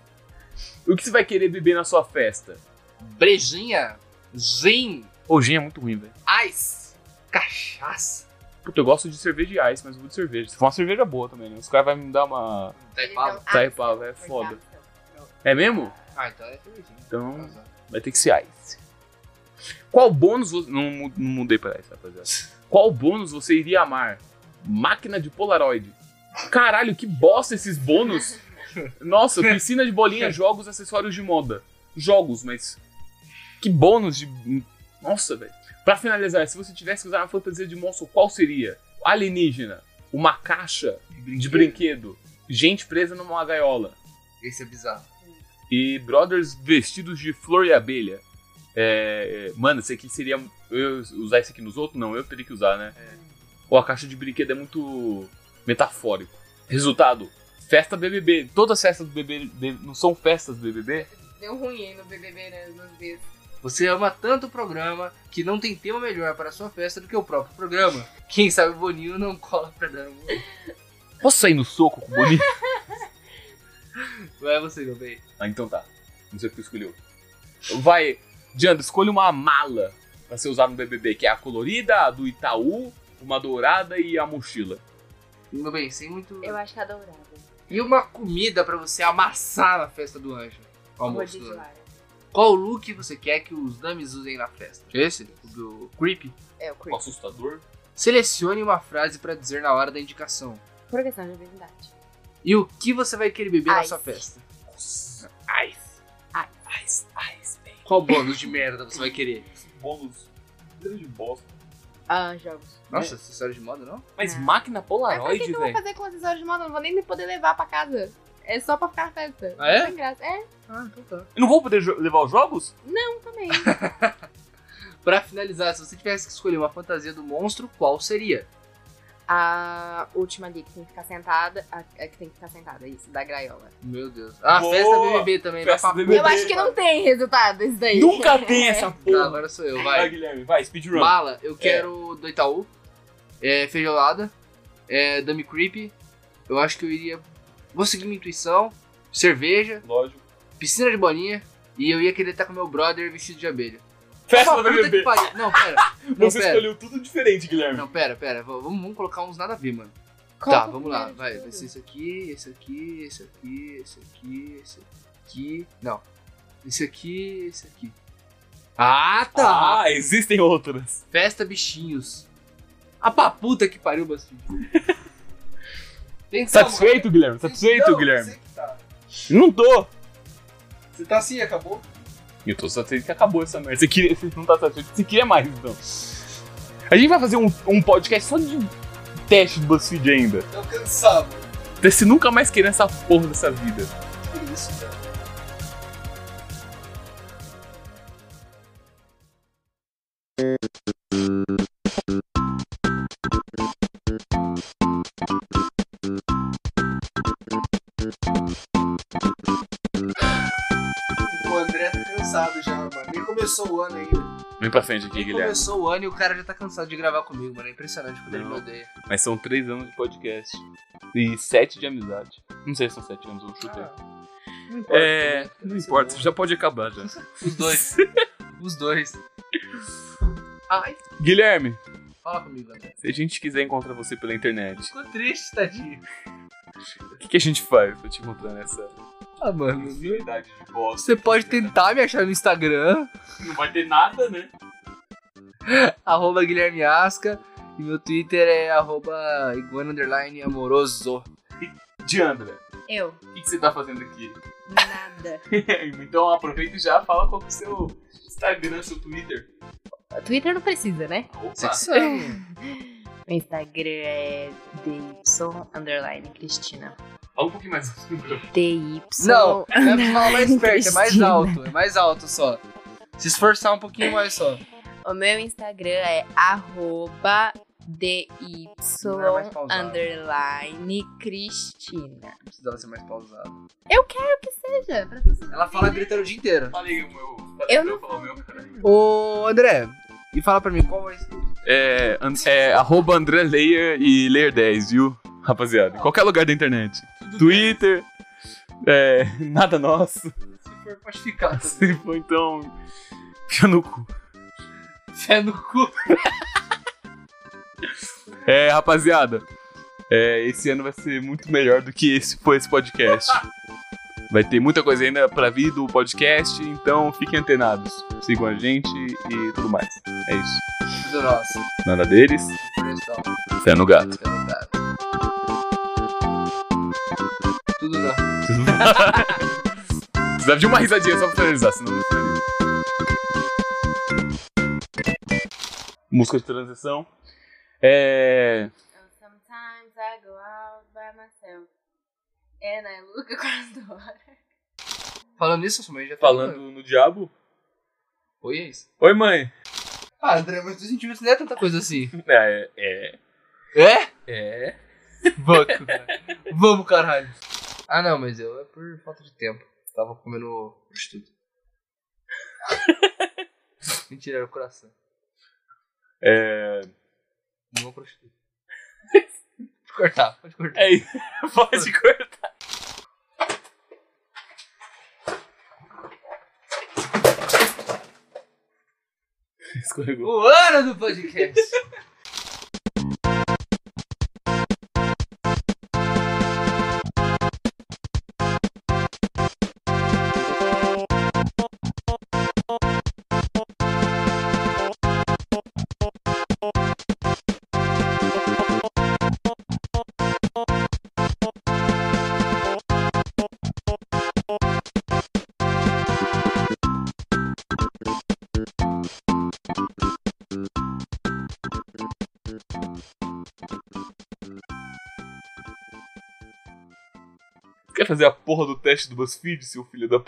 Speaker 2: O que você vai querer beber na sua festa?
Speaker 1: Brejinha, gin,
Speaker 2: Ô, gin é muito ruim, velho.
Speaker 1: ice, cachaça.
Speaker 2: Puta, eu gosto de cerveja de ice, mas eu vou de cerveja. Se for uma cerveja boa também, né? Os caras vão me dar uma.
Speaker 1: Taipava.
Speaker 2: Tá aí, Paulo, é foda. É mesmo?
Speaker 1: Ah, então é cervejinha.
Speaker 2: Então vai ter que ser ice. Qual bônus você. Não, mu- não mudei pra ice, rapaziada. Qual bônus você iria amar? Máquina de Polaroid. Caralho, que bosta esses bônus! Nossa, piscina de bolinha, jogos, acessórios de moda. Jogos, mas. Que bônus de. Nossa, velho. Pra finalizar, se você tivesse que usar uma fantasia de monstro, qual seria? Alienígena. Uma caixa de brinquedo. Gente presa numa gaiola.
Speaker 1: Esse é bizarro.
Speaker 2: E brothers vestidos de flor e abelha. É, é, mano, esse aqui seria. Eu usar esse aqui nos outros? Não, eu teria que usar, né? Ou a caixa de brinquedo é muito metafórico. Resultado: festa BBB. Todas as festas do BBB não são festas do BBB?
Speaker 4: Deu ruim aí no BBB, né? Nos dias.
Speaker 1: Você ama tanto o programa que não tem tema melhor para a sua festa do que o próprio programa. Quem sabe o Boninho não cola pra dar um.
Speaker 2: Posso sair no soco com o Boninho?
Speaker 1: Vai você, meu bem.
Speaker 2: ah, então tá. Não sei o que escolheu. Vai, Diandro, escolha uma mala pra ser usada no BBB, que é a colorida, a do Itaú, uma dourada e a mochila.
Speaker 1: Meu bem, sem muito.
Speaker 4: Eu acho que é dourado.
Speaker 1: E uma comida pra você amassar na festa do anjo. Ao Almoço do
Speaker 4: Rodízio
Speaker 1: anjo.
Speaker 4: Lara.
Speaker 1: Qual look você quer que os dummies usem na festa? Esse? O do Creepy?
Speaker 4: É, o
Speaker 2: O
Speaker 4: Chris.
Speaker 2: assustador.
Speaker 1: Selecione uma frase pra dizer na hora da indicação.
Speaker 4: Por questão é de habilidade.
Speaker 1: E o que você vai querer beber na
Speaker 4: Ice.
Speaker 1: sua festa? Ice.
Speaker 2: Ice, ice, baby.
Speaker 1: Qual bônus de merda você vai querer?
Speaker 2: bônus grande bosta.
Speaker 4: Ah, jogos.
Speaker 1: Nossa, acessório de moda não?
Speaker 2: Mas
Speaker 4: É.
Speaker 2: máquina
Speaker 4: Mas por que,
Speaker 2: Polaroid,
Speaker 4: que eu vou
Speaker 2: velho.
Speaker 4: fazer com acessórios de moda? Eu Não vou nem me poder levar pra casa. É só pra ficar na festa.
Speaker 1: Ah, é?
Speaker 4: Sem graça. É,
Speaker 1: Ah, então tá.
Speaker 2: Eu não vou poder jo- levar os jogos?
Speaker 4: não também.
Speaker 1: Pra finalizar, se você tivesse que escolher uma fantasia do monstro, qual seria?
Speaker 4: A última ali que tem que ficar sentada. A, a que tem que ficar sentada, isso, da graiola.
Speaker 1: Meu Deus. Ah,
Speaker 2: Boa!
Speaker 1: festa BBB também. vai
Speaker 2: Festa
Speaker 1: pra
Speaker 2: BBB.
Speaker 1: puta.
Speaker 4: Eu acho que não tem resultado isso daí.
Speaker 2: Nunca tem essa
Speaker 1: Tá,
Speaker 2: porra.
Speaker 1: agora sou eu,
Speaker 2: Vai,
Speaker 1: vai.
Speaker 2: Guilherme, vai, speedrun.
Speaker 1: Mala,
Speaker 2: É.
Speaker 1: eu quero do Itaú. É, feijolada. É, dummy creep. Eu acho que eu iria... Vou seguir minha intuição. Cerveja.
Speaker 2: Lógico.
Speaker 1: Piscina de bolinha. E eu ia querer estar com meu brother vestido de abelha.
Speaker 2: Festa
Speaker 1: Uma
Speaker 2: do
Speaker 1: puta
Speaker 2: BBB.
Speaker 1: que pariu. Não, pera. Não,
Speaker 2: Você
Speaker 1: pera.
Speaker 2: escolheu tudo diferente, Guilherme.
Speaker 1: Não, pera, pera. V- Vamos, vamos colocar uns nada a ver, mano.
Speaker 4: Qual
Speaker 1: tá,
Speaker 4: que é o
Speaker 1: vamos lá.
Speaker 4: primeiro
Speaker 1: Vai.
Speaker 4: de
Speaker 1: Vai ser
Speaker 4: tudo?
Speaker 1: esse aqui, esse aqui, esse aqui, esse aqui, esse aqui. Não. Esse aqui, esse aqui. Ah, tá!
Speaker 2: Ah, existem outras.
Speaker 1: Festa Bichinhos. A pra puta que pariu, BuzzFeed. Tem que
Speaker 2: Satisfeito, Guilherme? Satisfeito, Guilherme? Não tô.
Speaker 1: tá, Você tá assim, acabou?
Speaker 2: Eu tô satisfeito que acabou essa merda. Você, queria, você não tá satisfeito, você queria mais, então. A gente vai fazer um, um podcast só de teste do BuzzFeed ainda.
Speaker 1: Tô cansado.
Speaker 2: Até se nunca mais querer essa porra dessa vida.
Speaker 1: Que isso, cara. O André tá cansado já, mano. Nem começou o ano ainda.
Speaker 2: Vem pra frente aqui,
Speaker 1: Nem
Speaker 2: Guilherme.
Speaker 1: começou o ano e o cara já tá cansado de gravar comigo, mano. É impressionante quando ele
Speaker 2: Não.
Speaker 1: me odeia.
Speaker 2: Mas são três anos de podcast. E sete de amizade. Não sei se são sete anos, eu chutei.
Speaker 1: não importa,
Speaker 2: é.
Speaker 1: né?
Speaker 2: Não importa, já pode acabar já.
Speaker 1: Os dois. Os dois. Ai,
Speaker 2: Guilherme,
Speaker 1: fala comigo, André.
Speaker 2: se a gente quiser encontrar você pela internet,
Speaker 1: Ficou triste, tadinho.
Speaker 2: o que, que a gente faz pra te encontrar nessa
Speaker 1: Ah, mano.
Speaker 2: Possibilidade de bosta.
Speaker 1: Você pode tentar me achar no Instagram,
Speaker 2: Não vai ter nada, né?
Speaker 1: arroba Guilherme Asca. E meu Twitter é arroba iguana underline amoroso.
Speaker 2: Diandra,
Speaker 4: Eu,
Speaker 2: o que, que você tá fazendo aqui?
Speaker 4: nada.
Speaker 2: então aproveita e já fala qual que é o seu Instagram, seu Twitter.
Speaker 4: Twitter não precisa, né?
Speaker 2: Opa,
Speaker 1: Você que sabe.
Speaker 4: Meu Instagram é DY underline Cristina.
Speaker 2: fala um pouquinho mais.
Speaker 4: DY.
Speaker 1: Não, é mais perto, é mais alto, é mais alto só. Se esforçar um pouquinho mais só.
Speaker 4: O meu Instagram é arroba DY
Speaker 1: Não é mais pausado.
Speaker 4: underline Cristina.
Speaker 1: Precisava ser mais pausado.
Speaker 4: Eu quero que seja. pra pessoas
Speaker 1: Ela fala gritando o dia inteiro.
Speaker 2: Falei o meu.
Speaker 4: Eu
Speaker 2: não falar o meu, cara.
Speaker 1: Ô, André, e fala pra mim qual vai ser.
Speaker 2: É, an- é arroba André Layer e Layer 10, viu? Rapaziada, em qualquer lugar da internet. Twitter, é, nada nosso.
Speaker 1: Se for pacificado.
Speaker 2: Se for então, fia no cu.
Speaker 1: Fé no cu.
Speaker 2: É, rapaziada, é, esse ano vai ser muito melhor do que esse foi esse podcast. Vai ter muita coisa ainda pra vir do podcast, então fiquem antenados. Sigam a gente e tudo mais. É isso.
Speaker 1: Do nosso.
Speaker 2: Nada deles,
Speaker 1: Prestão.
Speaker 2: fé no gato.
Speaker 1: Tudo no gato. Tudo não.
Speaker 2: Precisava de uma risadinha só pra finalizar, senão não finaliza. Música de transição. É.
Speaker 4: And sometimes I go out by myself. And I look across the water.
Speaker 1: Falando nisso, sua mãe já tá
Speaker 2: Falando no diabo.
Speaker 1: Oi, é isso.
Speaker 2: Oi, mãe.
Speaker 1: Ah, André, mas os sentimentos não é tanta coisa assim.
Speaker 2: É. É.
Speaker 1: É?
Speaker 2: é.
Speaker 1: Banco. Vamos, caralho. Ah, não, mas eu é por falta de tempo. Tava comendo prostituta. Mentira, era o coração.
Speaker 2: É.
Speaker 1: Não é prostituta. Pode cortar, pode cortar.
Speaker 2: É isso. Pode cortar. Escorregou.
Speaker 1: O ano do podcast.
Speaker 2: Quer fazer a porra do teste do BuzzFeed, seu filho da puta?